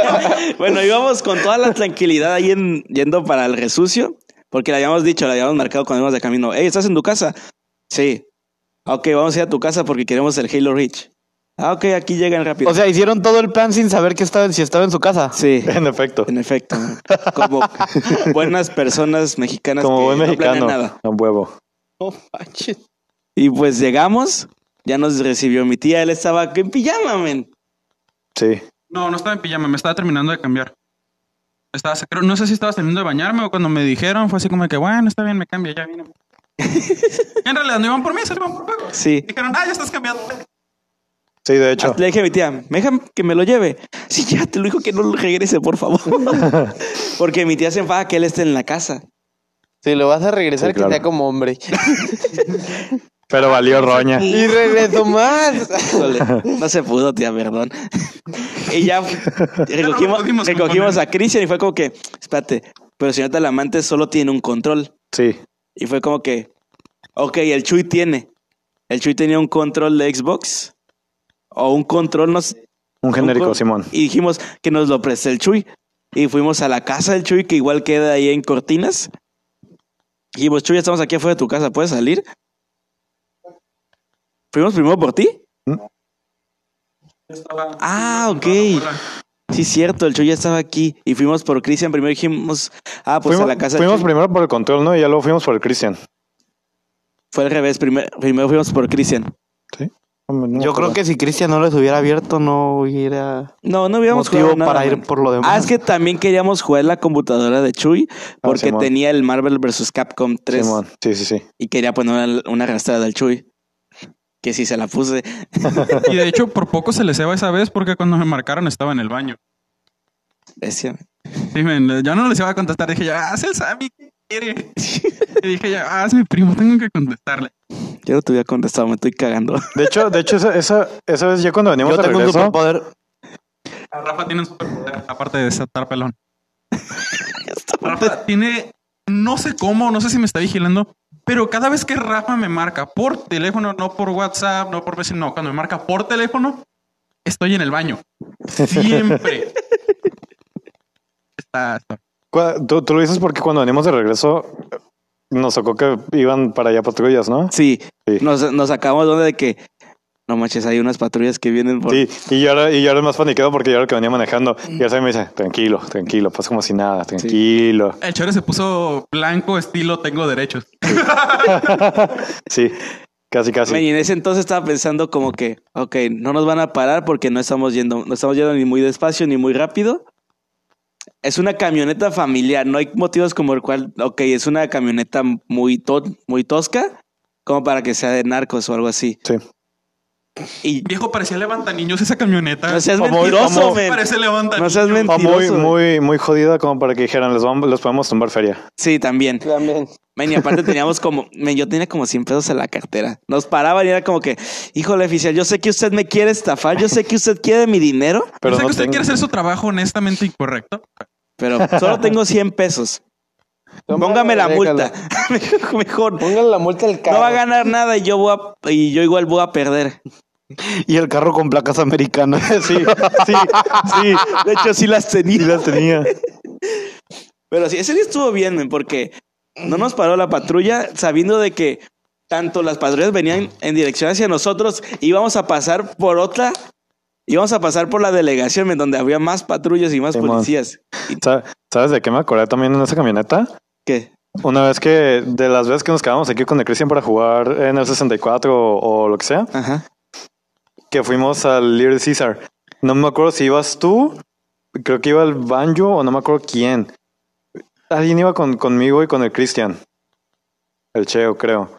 [SPEAKER 1] [LAUGHS]
[SPEAKER 2] bueno, íbamos con toda la tranquilidad ahí en- yendo para el resucio. Porque le habíamos dicho, le habíamos marcado cuando íbamos de camino. Hey, ¿estás en tu casa? Sí. Ok, vamos a ir a tu casa porque queremos el Halo Reach. Ah, ok, aquí llegan rápido.
[SPEAKER 4] O sea, hicieron todo el plan sin saber que estaba, si estaba en su casa.
[SPEAKER 2] sí.
[SPEAKER 1] En efecto.
[SPEAKER 2] En efecto, como buenas personas mexicanas
[SPEAKER 1] Como
[SPEAKER 2] que
[SPEAKER 1] buen
[SPEAKER 2] no
[SPEAKER 1] mexicano.
[SPEAKER 2] planean nada.
[SPEAKER 1] A huevo.
[SPEAKER 2] Y pues llegamos, ya nos recibió mi tía, él estaba en pijama, men.
[SPEAKER 1] Sí.
[SPEAKER 3] No, no estaba en pijama, me estaba terminando de cambiar. Estaba, creo- no sé si estaba saliendo de bañarme o cuando me dijeron fue así como que, bueno, está bien, me cambia, ya viene. en realidad no iban por mí, se iban por Paco.
[SPEAKER 2] Sí.
[SPEAKER 3] Dijeron, ah, ya estás cambiando.
[SPEAKER 1] Sí, de hecho.
[SPEAKER 4] Ah.
[SPEAKER 2] Le dije a mi tía, me dejan que me lo lleve. Sí, ya te lo dijo que no lo regrese,
[SPEAKER 1] [LAUGHS]
[SPEAKER 2] por favor. Porque mi tía se enfada que él esté en la casa.
[SPEAKER 5] Si lo vas a regresar,
[SPEAKER 1] Sí, claro.
[SPEAKER 5] que sea como hombre.
[SPEAKER 1] Pero valió roña.
[SPEAKER 5] Y regreso más.
[SPEAKER 2] Híjole, no se pudo, tía, perdón. Y
[SPEAKER 1] [LAUGHS]
[SPEAKER 2] ya recogimos,
[SPEAKER 3] pudimos
[SPEAKER 2] recogimos
[SPEAKER 3] componer.
[SPEAKER 2] a Cristian y fue como que, espérate, pero el señor Talamante solo tiene un control.
[SPEAKER 1] Sí.
[SPEAKER 2] Y fue como que, ok, el Chuy tiene. El Chuy tenía un control de Xbox o un control, no sé,
[SPEAKER 4] Pues
[SPEAKER 1] Un genérico,
[SPEAKER 2] un-
[SPEAKER 1] Simón.
[SPEAKER 2] Y dijimos que nos lo preste el Chuy. Y fuimos a la casa del Chuy, que igual queda ahí en Cortinas. Y dijimos, Chuy, ya estamos aquí afuera de tu casa, ¿puedes salir? ¿Fuimos primero por ti?
[SPEAKER 1] ¿Mm?
[SPEAKER 2] Ah, ok. Sí, cierto, el Chuy ya estaba aquí. Y fuimos por Cristian primero. Dijimos, ah, pues
[SPEAKER 1] fuimos
[SPEAKER 2] a la casa del
[SPEAKER 1] fuimos
[SPEAKER 2] Chuy.
[SPEAKER 1] primero por el control, ¿no? Y ya luego fuimos por el Cristian.
[SPEAKER 2] Fue al revés, primer- primero fuimos por Cristian.
[SPEAKER 1] Sí.
[SPEAKER 4] Yo creo que si Cristian no les hubiera abierto, no hubiera
[SPEAKER 2] No, no habíamos
[SPEAKER 4] motivo
[SPEAKER 2] jugado nada,
[SPEAKER 4] para ir
[SPEAKER 2] man.
[SPEAKER 4] por lo demás. Ah,
[SPEAKER 2] Ah, es que también queríamos jugar la computadora de Chuy porque
[SPEAKER 1] Simón.
[SPEAKER 2] tenía el Marvel vs. Capcom 3
[SPEAKER 1] Simón. Sí, sí, sí.
[SPEAKER 2] y quería poner una, una arrastrada al Chuy. Que sí se la puse.
[SPEAKER 3] Y de hecho, por poco se les ceba esa vez porque cuando me marcaron estaba en el baño.
[SPEAKER 2] Ese-
[SPEAKER 3] Dime, ya no les iba a contestar. Dije, ya, haz el Sammy, ¿qué quiere? Y dije, ya, haz mi primo, tengo que contestarle.
[SPEAKER 2] Yo no te hubiera contestado, me estoy cagando. [LAUGHS]
[SPEAKER 1] De hecho, de hecho esa, esa, esa vez ya cuando veníamos
[SPEAKER 4] Yo
[SPEAKER 1] de
[SPEAKER 4] tengo un
[SPEAKER 1] regreso,
[SPEAKER 4] superpoder.
[SPEAKER 3] A Rafa tiene un superpoder, aparte de
[SPEAKER 2] [LAUGHS]
[SPEAKER 3] desatar pelón. Rafa tiene, no sé cómo, no sé si me está vigilando, pero cada vez que Rafa me marca por teléfono, no por WhatsApp, no por vecino, no, cuando me marca por teléfono, estoy en el baño.
[SPEAKER 2] [LAUGHS]
[SPEAKER 3] Siempre. Está, está.
[SPEAKER 1] cua- tú, tú lo dices porque cuando veníamos de regreso eh, nos tocó que iban para allá patrullas, ¿no?
[SPEAKER 2] Sí,
[SPEAKER 1] Sí.
[SPEAKER 2] Nos, nos sacamos donde de que no manches, hay unas patrullas que vienen por.
[SPEAKER 1] Sí, y yo era, y yo era el más paniqueado porque yo era el que venía manejando. Y él se me dice, tranquilo, tranquilo, pues como si nada, tranquilo.
[SPEAKER 3] El chore se puso blanco, estilo tengo derechos.
[SPEAKER 1] Sí, casi, casi.
[SPEAKER 2] Men, Y en ese entonces estaba pensando como que, ok, no nos van a parar porque no estamos yendo, no estamos yendo ni muy despacio ni muy rápido. Es una camioneta familiar, no hay motivos como el cual, ok, es una camioneta muy, to- muy tosca, como para que sea de narcos o algo así.
[SPEAKER 1] Sí.
[SPEAKER 2] Y
[SPEAKER 3] Viejo, parecía levanta niños esa camioneta.
[SPEAKER 2] no seas
[SPEAKER 1] Como-
[SPEAKER 2] mentiroso,
[SPEAKER 1] como-
[SPEAKER 2] men.
[SPEAKER 3] Parece levanta
[SPEAKER 2] No seas
[SPEAKER 1] O muy,
[SPEAKER 2] mentiroso.
[SPEAKER 3] eh.
[SPEAKER 1] muy, muy jodida como para que dijeran, les, vamos, les podemos tumbar feria.
[SPEAKER 2] Sí, también.
[SPEAKER 5] [LAUGHS] También.
[SPEAKER 2] Men, y aparte teníamos como, men, yo tenía como 100 pesos en la cartera. Nos paraban y era como que, híjole, oficial, yo sé que usted me quiere estafar, yo sé que usted quiere mi dinero,
[SPEAKER 1] Pero
[SPEAKER 3] Yo sé
[SPEAKER 1] no
[SPEAKER 3] que usted
[SPEAKER 1] tengo-
[SPEAKER 3] quiere hacer su trabajo honestamente incorrecto.
[SPEAKER 2] pero solo tengo 100 pesos. Póngame la multa. [LAUGHS] Mejor- Mejor.
[SPEAKER 5] Póngale la multa al carro.
[SPEAKER 2] No va a ganar nada y yo voy a- y yo igual voy a perder.
[SPEAKER 4] Y el carro con placas [LAUGHS] americanas.
[SPEAKER 1] Sí, sí, sí.
[SPEAKER 2] De hecho, [LAUGHS] sí las
[SPEAKER 1] Y
[SPEAKER 2] tenía.
[SPEAKER 1] las tenía.
[SPEAKER 2] Pero sí, ese día estuvo bien, men, porque no nos paró la patrulla sabiendo de que tanto las patrullas venían en dirección hacia nosotros, íbamos a pasar por otra, íbamos a pasar por la delegación, men, donde había más patrullas y más
[SPEAKER 1] Simón.
[SPEAKER 2] policías.
[SPEAKER 1] Sa- ¿Sabes de qué me acordé también en esa camioneta?
[SPEAKER 2] ¿Qué?
[SPEAKER 1] Una vez que, de las veces que nos quedamos aquí con el Cristian para jugar en el 64 o, o lo que sea,
[SPEAKER 2] Ajá.
[SPEAKER 1] que fuimos al Little Caesar. No me acuerdo si ibas tú, creo que iba el Banjo o no me acuerdo quién. Alguien iba con, conmigo y con el Cristian. El Cheo, creo.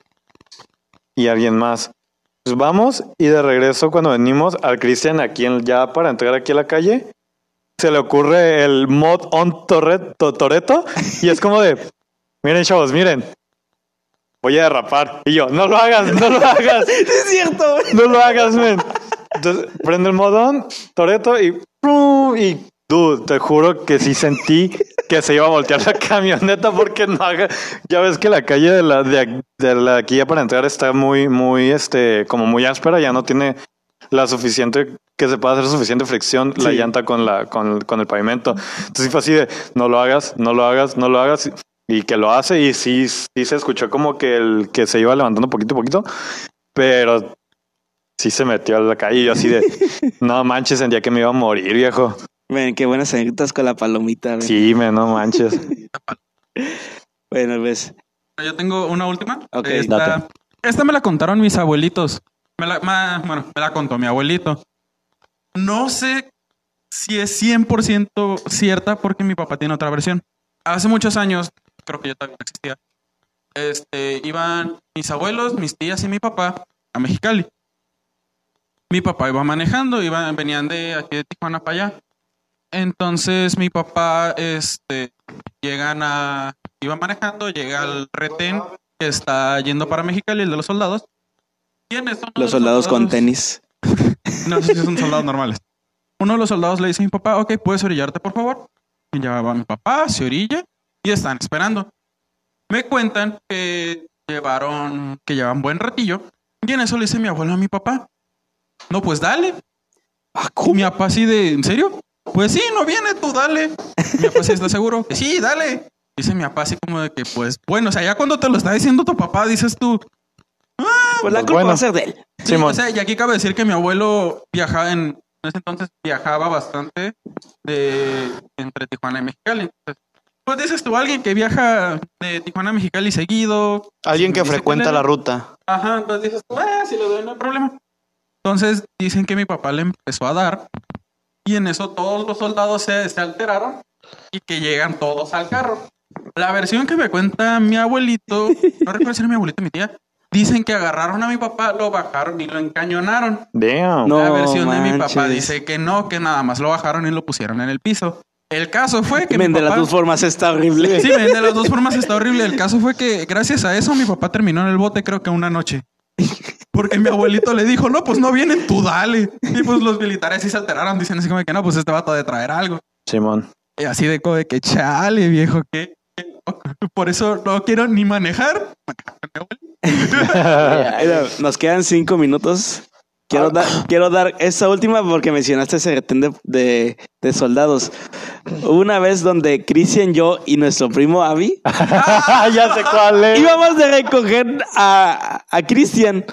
[SPEAKER 1] Y alguien más. Pues vamos y de regreso cuando venimos al Cristian aquí en- ya para entrar aquí a la calle, se le ocurre el mod on Toreto, Toreto y es como de, miren chavos, miren, voy a derrapar. Y yo, no lo hagas, no lo hagas.
[SPEAKER 2] Es cierto, men.
[SPEAKER 1] [LAUGHS] No lo hagas, men. Entonces, prendo el modón, Toreto y ¡prum! y dude, te juro que sí sentí que se iba a voltear la [LAUGHS] camioneta porque no haga. Ya ves que la calle de la de, ac- de la de aquí ya para entrar está muy muy este como muy áspera, ya no tiene la suficiente que se pueda hacer suficiente fricción la
[SPEAKER 2] Sí.
[SPEAKER 1] llanta con la con, con el pavimento. Entonces fue así de no lo hagas, no lo hagas, no lo hagas y que lo hace y sí, sí se escuchó como que el que se iba levantando poquito a poquito, pero sí se metió a la calle y yo así de no manches, sentía que me iba a morir, viejo.
[SPEAKER 2] Men, qué buenas anécdotas con la palomita, men.
[SPEAKER 1] Sí, me no manches.
[SPEAKER 2] Bueno, pues, ves.
[SPEAKER 3] Yo tengo una última.
[SPEAKER 2] Ok,
[SPEAKER 3] esta, esta me la contaron mis abuelitos. Me la, ma- bueno, me la contó mi abuelito. No sé si es 100% cierta porque mi papá tiene otra versión. Hace muchos años, creo que yo también existía, este, iban mis abuelos, mis tías y mi papá a Mexicali. Mi papá iba manejando, iban, venían de aquí de Tijuana para allá. Entonces mi papá este, llegan a. Iba manejando, llega al retén que está yendo para Mexicali, el de los soldados. ¿Quiénes son
[SPEAKER 2] Los soldados con tenis.
[SPEAKER 3] No, esos sí son soldados normales. Uno de los soldados le dice a mi papá, ok, puedes orillarte, por favor. Y ya va mi papá, se orilla y están esperando. Me cuentan que llevaron, que llevan buen ratillo. Y en eso le dice mi abuelo a mi papá, no, pues dale. Y Mi papá así de, ¿en serio? Pues sí, no viene, tú dale. Mi papá sí está seguro. Sí, dale. Dice mi papá así como de que, pues, bueno, o sea, ya cuando te lo está diciendo tu papá, dices tú,
[SPEAKER 2] Pues la
[SPEAKER 1] Pues
[SPEAKER 2] culpa
[SPEAKER 1] bueno.
[SPEAKER 2] va a ser de él.
[SPEAKER 3] Sí,
[SPEAKER 1] Simón.
[SPEAKER 3] o sea, y aquí cabe decir que mi abuelo viajaba en, en ese entonces viajaba bastante de entre Tijuana y Mexicali. Entonces, pues dices tú, alguien que viaja de Tijuana a Mexicali seguido.
[SPEAKER 4] Alguien que
[SPEAKER 5] [LAUGHS]
[SPEAKER 3] Bicicleta.
[SPEAKER 4] frecuenta la ruta.
[SPEAKER 3] Ajá, entonces dices tú, ah, si lo doy, no hay problema. Entonces dicen que mi papá le empezó a dar y en eso todos los soldados se, se alteraron y que llegan todos al carro. La versión que me cuenta mi abuelito, no recuerdo si era mi abuelito o mi tía, dicen que agarraron a mi papá, lo bajaron y lo encañonaron.
[SPEAKER 1] Damn.
[SPEAKER 2] No.
[SPEAKER 3] la versión de mi papá
[SPEAKER 2] manches.
[SPEAKER 3] dice que no, que nada más lo bajaron y lo pusieron en el piso. El caso fue que mi
[SPEAKER 2] Men, de las
[SPEAKER 3] papá-
[SPEAKER 2] dos formas está horrible.
[SPEAKER 3] Sí, men, de las dos formas está horrible. El caso fue que gracias a eso mi papá terminó en el bote creo que una noche. Porque mi abuelito le dijo, no, pues no vienen, tú dale. Y pues los militares sí se alteraron, dicen así como que no, pues este vato ha de traer algo.
[SPEAKER 1] Simón.
[SPEAKER 3] Y así de como de que chale, viejo, que que- por eso no quiero ni manejar.
[SPEAKER 2] Mira, Nos quedan cinco minutos. Quiero, dar, quiero dar esta última porque mencionaste ese retén de, de- de soldados. Hubo una vez donde Cristian, yo y nuestro primo Avi
[SPEAKER 1] ya sé cuál es.
[SPEAKER 2] íbamos de recoger a, a Cristian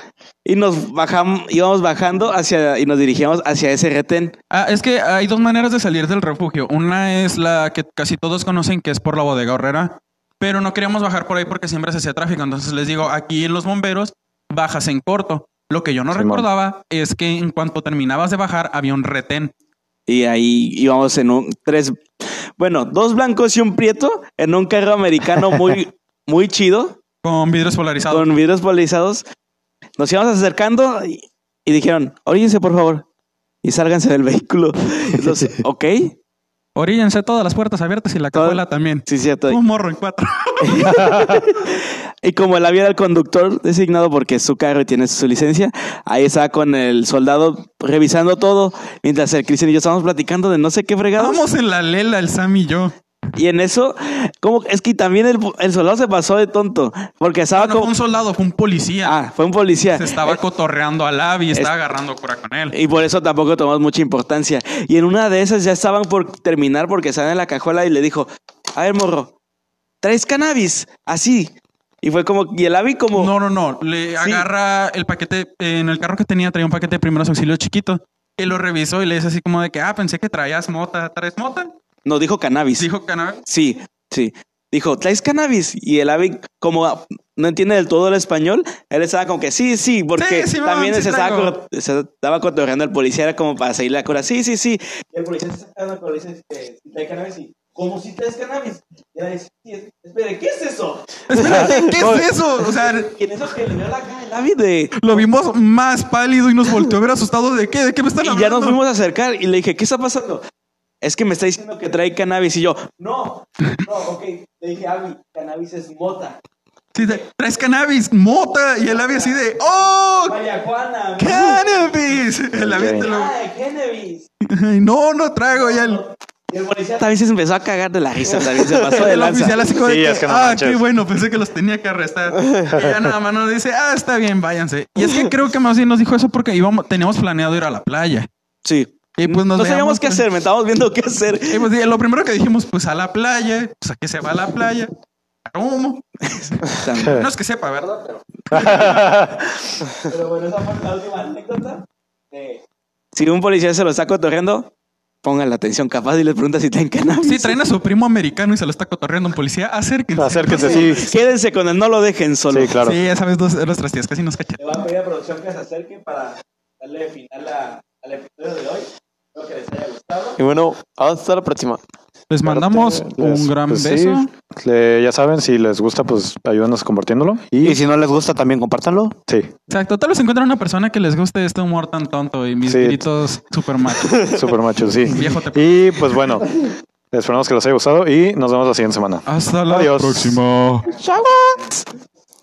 [SPEAKER 2] y nos bajamos, íbamos bajando hacia y nos dirigíamos hacia ese retén.
[SPEAKER 3] Ah, es que hay dos maneras de salir del refugio. Una es la que casi todos conocen, que es por la bodega horrera. Pero no queríamos bajar por ahí porque siempre se hacía tráfico. Entonces les digo, aquí en los bomberos bajas en corto. Lo que yo no
[SPEAKER 1] Simón.
[SPEAKER 3] recordaba es que en cuanto terminabas de bajar había un retén.
[SPEAKER 2] Y ahí íbamos en un tres, bueno, dos blancos y un prieto en un carro americano muy, muy chido.
[SPEAKER 3] Con vidrios polarizados.
[SPEAKER 2] con vidrios polarizados. Nos íbamos acercando y, y dijeron, oríguense por favor y sálganse del vehículo. [LAUGHS] Entonces, ok,
[SPEAKER 3] Oríllense todas las puertas abiertas y la
[SPEAKER 2] Todo-
[SPEAKER 3] cajuela también.
[SPEAKER 2] sí, cierto.
[SPEAKER 3] Un morro en cuatro.
[SPEAKER 2] Y como el avión era el conductor designado porque es su carro y tiene su licencia, ahí estaba con el soldado revisando todo, mientras el Cristian y yo estábamos platicando de no sé qué fregados.
[SPEAKER 3] Estábamos en la lela, el Sam y yo.
[SPEAKER 2] Y en eso, como es que también el, el soldado se pasó de tonto, porque estaba
[SPEAKER 3] No, no fue
[SPEAKER 2] como...
[SPEAKER 3] un soldado, fue un policía.
[SPEAKER 2] Ah, fue un policía.
[SPEAKER 3] Se estaba cotorreando al Avi,
[SPEAKER 2] es-
[SPEAKER 3] estaba agarrando cura con él.
[SPEAKER 2] Y por eso tampoco tomamos mucha importancia. Y en una de esas ya estaban por terminar porque estaban en la cajuela y le dijo, a ver, morro, ¿traes cannabis? Así. Y fue como, y el Abby como...
[SPEAKER 3] No, no, no. Le agarra el paquete. eh, en el carro que tenía traía un paquete de primeros auxilios chiquito. Y lo revisó y le dice así como de que, ah, pensé que traías mota. ¿Traes mota?
[SPEAKER 2] No, dijo cannabis. [LAUGHS]
[SPEAKER 3] Dijo Cannabis.
[SPEAKER 2] Sí, sí. Dijo, ¿traes cannabis? Y el Abby como ah, no entiende del todo el español, él estaba como que sí, sí, porque
[SPEAKER 3] Sí, Simón,
[SPEAKER 2] también
[SPEAKER 3] sí
[SPEAKER 2] se, estaba,
[SPEAKER 3] traigo.
[SPEAKER 2] cor- se estaba cotorreando el policía, era como para seguir la cura. Sí, sí, sí.
[SPEAKER 6] Y el policía se saca una cola y dice
[SPEAKER 2] "Este,
[SPEAKER 6] que si trae cannabis y como si traes cannabis. Y ella dice, "Sí, es- espere, ¿qué es eso?
[SPEAKER 3] Espérate, ¿qué es eso? O sea,
[SPEAKER 6] Y en eso que le veo la cara
[SPEAKER 2] El Abby de...
[SPEAKER 3] lo vimos más pálido y nos volteó a ver asustado de qué, de qué me están
[SPEAKER 2] Y
[SPEAKER 3] hablando.
[SPEAKER 2] ya nos fuimos a acercar y le dije, ¿qué está pasando? Es que me está diciendo que trae cannabis y yo,
[SPEAKER 6] No, no, ok. Le dije, Abby, cannabis es mota.
[SPEAKER 3] Sí, de, traes cannabis, mota. Y el Avi así de,
[SPEAKER 2] [LAUGHS]
[SPEAKER 3] oh,
[SPEAKER 6] María Juana,
[SPEAKER 2] "Ah,
[SPEAKER 3] cannabis. El Avi te lo-
[SPEAKER 6] ah, cannabis.
[SPEAKER 3] [LAUGHS] Ay, No, no traigo ya el.
[SPEAKER 6] Y el policía
[SPEAKER 2] esta vez se empezó a cagar de la risa, también se pasó de
[SPEAKER 3] El oficial
[SPEAKER 2] lanza.
[SPEAKER 3] así como de
[SPEAKER 1] Sí,
[SPEAKER 3] que,
[SPEAKER 1] es que no
[SPEAKER 3] ah,
[SPEAKER 1] manches".
[SPEAKER 3] qué bueno, pensé que los tenía que arrestar. Y ya nada más nos dice, ah, está bien, váyanse. Y es que creo que más bien nos dijo eso porque íbamos, teníamos planeado ir a la playa.
[SPEAKER 2] Sí.
[SPEAKER 3] Y pues nos
[SPEAKER 2] No sabíamos
[SPEAKER 3] veíamos-
[SPEAKER 2] qué hacer, me estábamos viendo qué hacer.
[SPEAKER 3] Y pues lo primero que dijimos, pues a la playa, pues a qué se va a la playa. Sacar humo. [LAUGHS] No es que sepa, ¿verdad? Pero
[SPEAKER 6] Pero bueno, esa fue la última anécdota. De,
[SPEAKER 2] Si un policía se lo está cotorreando, pongan la atención capaz y les pregunta si traen cannabis.
[SPEAKER 3] sí, traen a su primo americano y se lo está cotorreando un policía. Acérquense.
[SPEAKER 1] Acérquense, sí.
[SPEAKER 2] Quédense con él, no lo dejen solo.
[SPEAKER 1] Sí, claro.
[SPEAKER 3] Sí, ya sabes, dos, nuestras tías casi nos cachan.
[SPEAKER 6] le voy a pedir a producción que se acerque para darle final a- al episodio de hoy. Espero que les haya gustado.
[SPEAKER 5] Y bueno, hasta la próxima.
[SPEAKER 3] Les mandamos un
[SPEAKER 1] Les-
[SPEAKER 3] gran
[SPEAKER 1] pues sí,
[SPEAKER 3] beso.
[SPEAKER 1] le- ya saben, si les gusta, pues ayúdanos compartiéndolo. Y
[SPEAKER 4] Y si no les gusta, también compártanlo.
[SPEAKER 1] sí,
[SPEAKER 3] Exacto, tal vez encuentren una persona que les guste este humor tan tonto y mis
[SPEAKER 1] Sí.
[SPEAKER 3] gritos super machos.
[SPEAKER 1] super macho, sí.
[SPEAKER 3] Viejo te-
[SPEAKER 1] Y pues bueno, esperamos que les haya gustado y nos vemos la siguiente semana.
[SPEAKER 3] Hasta la
[SPEAKER 1] Adiós.
[SPEAKER 3] próxima.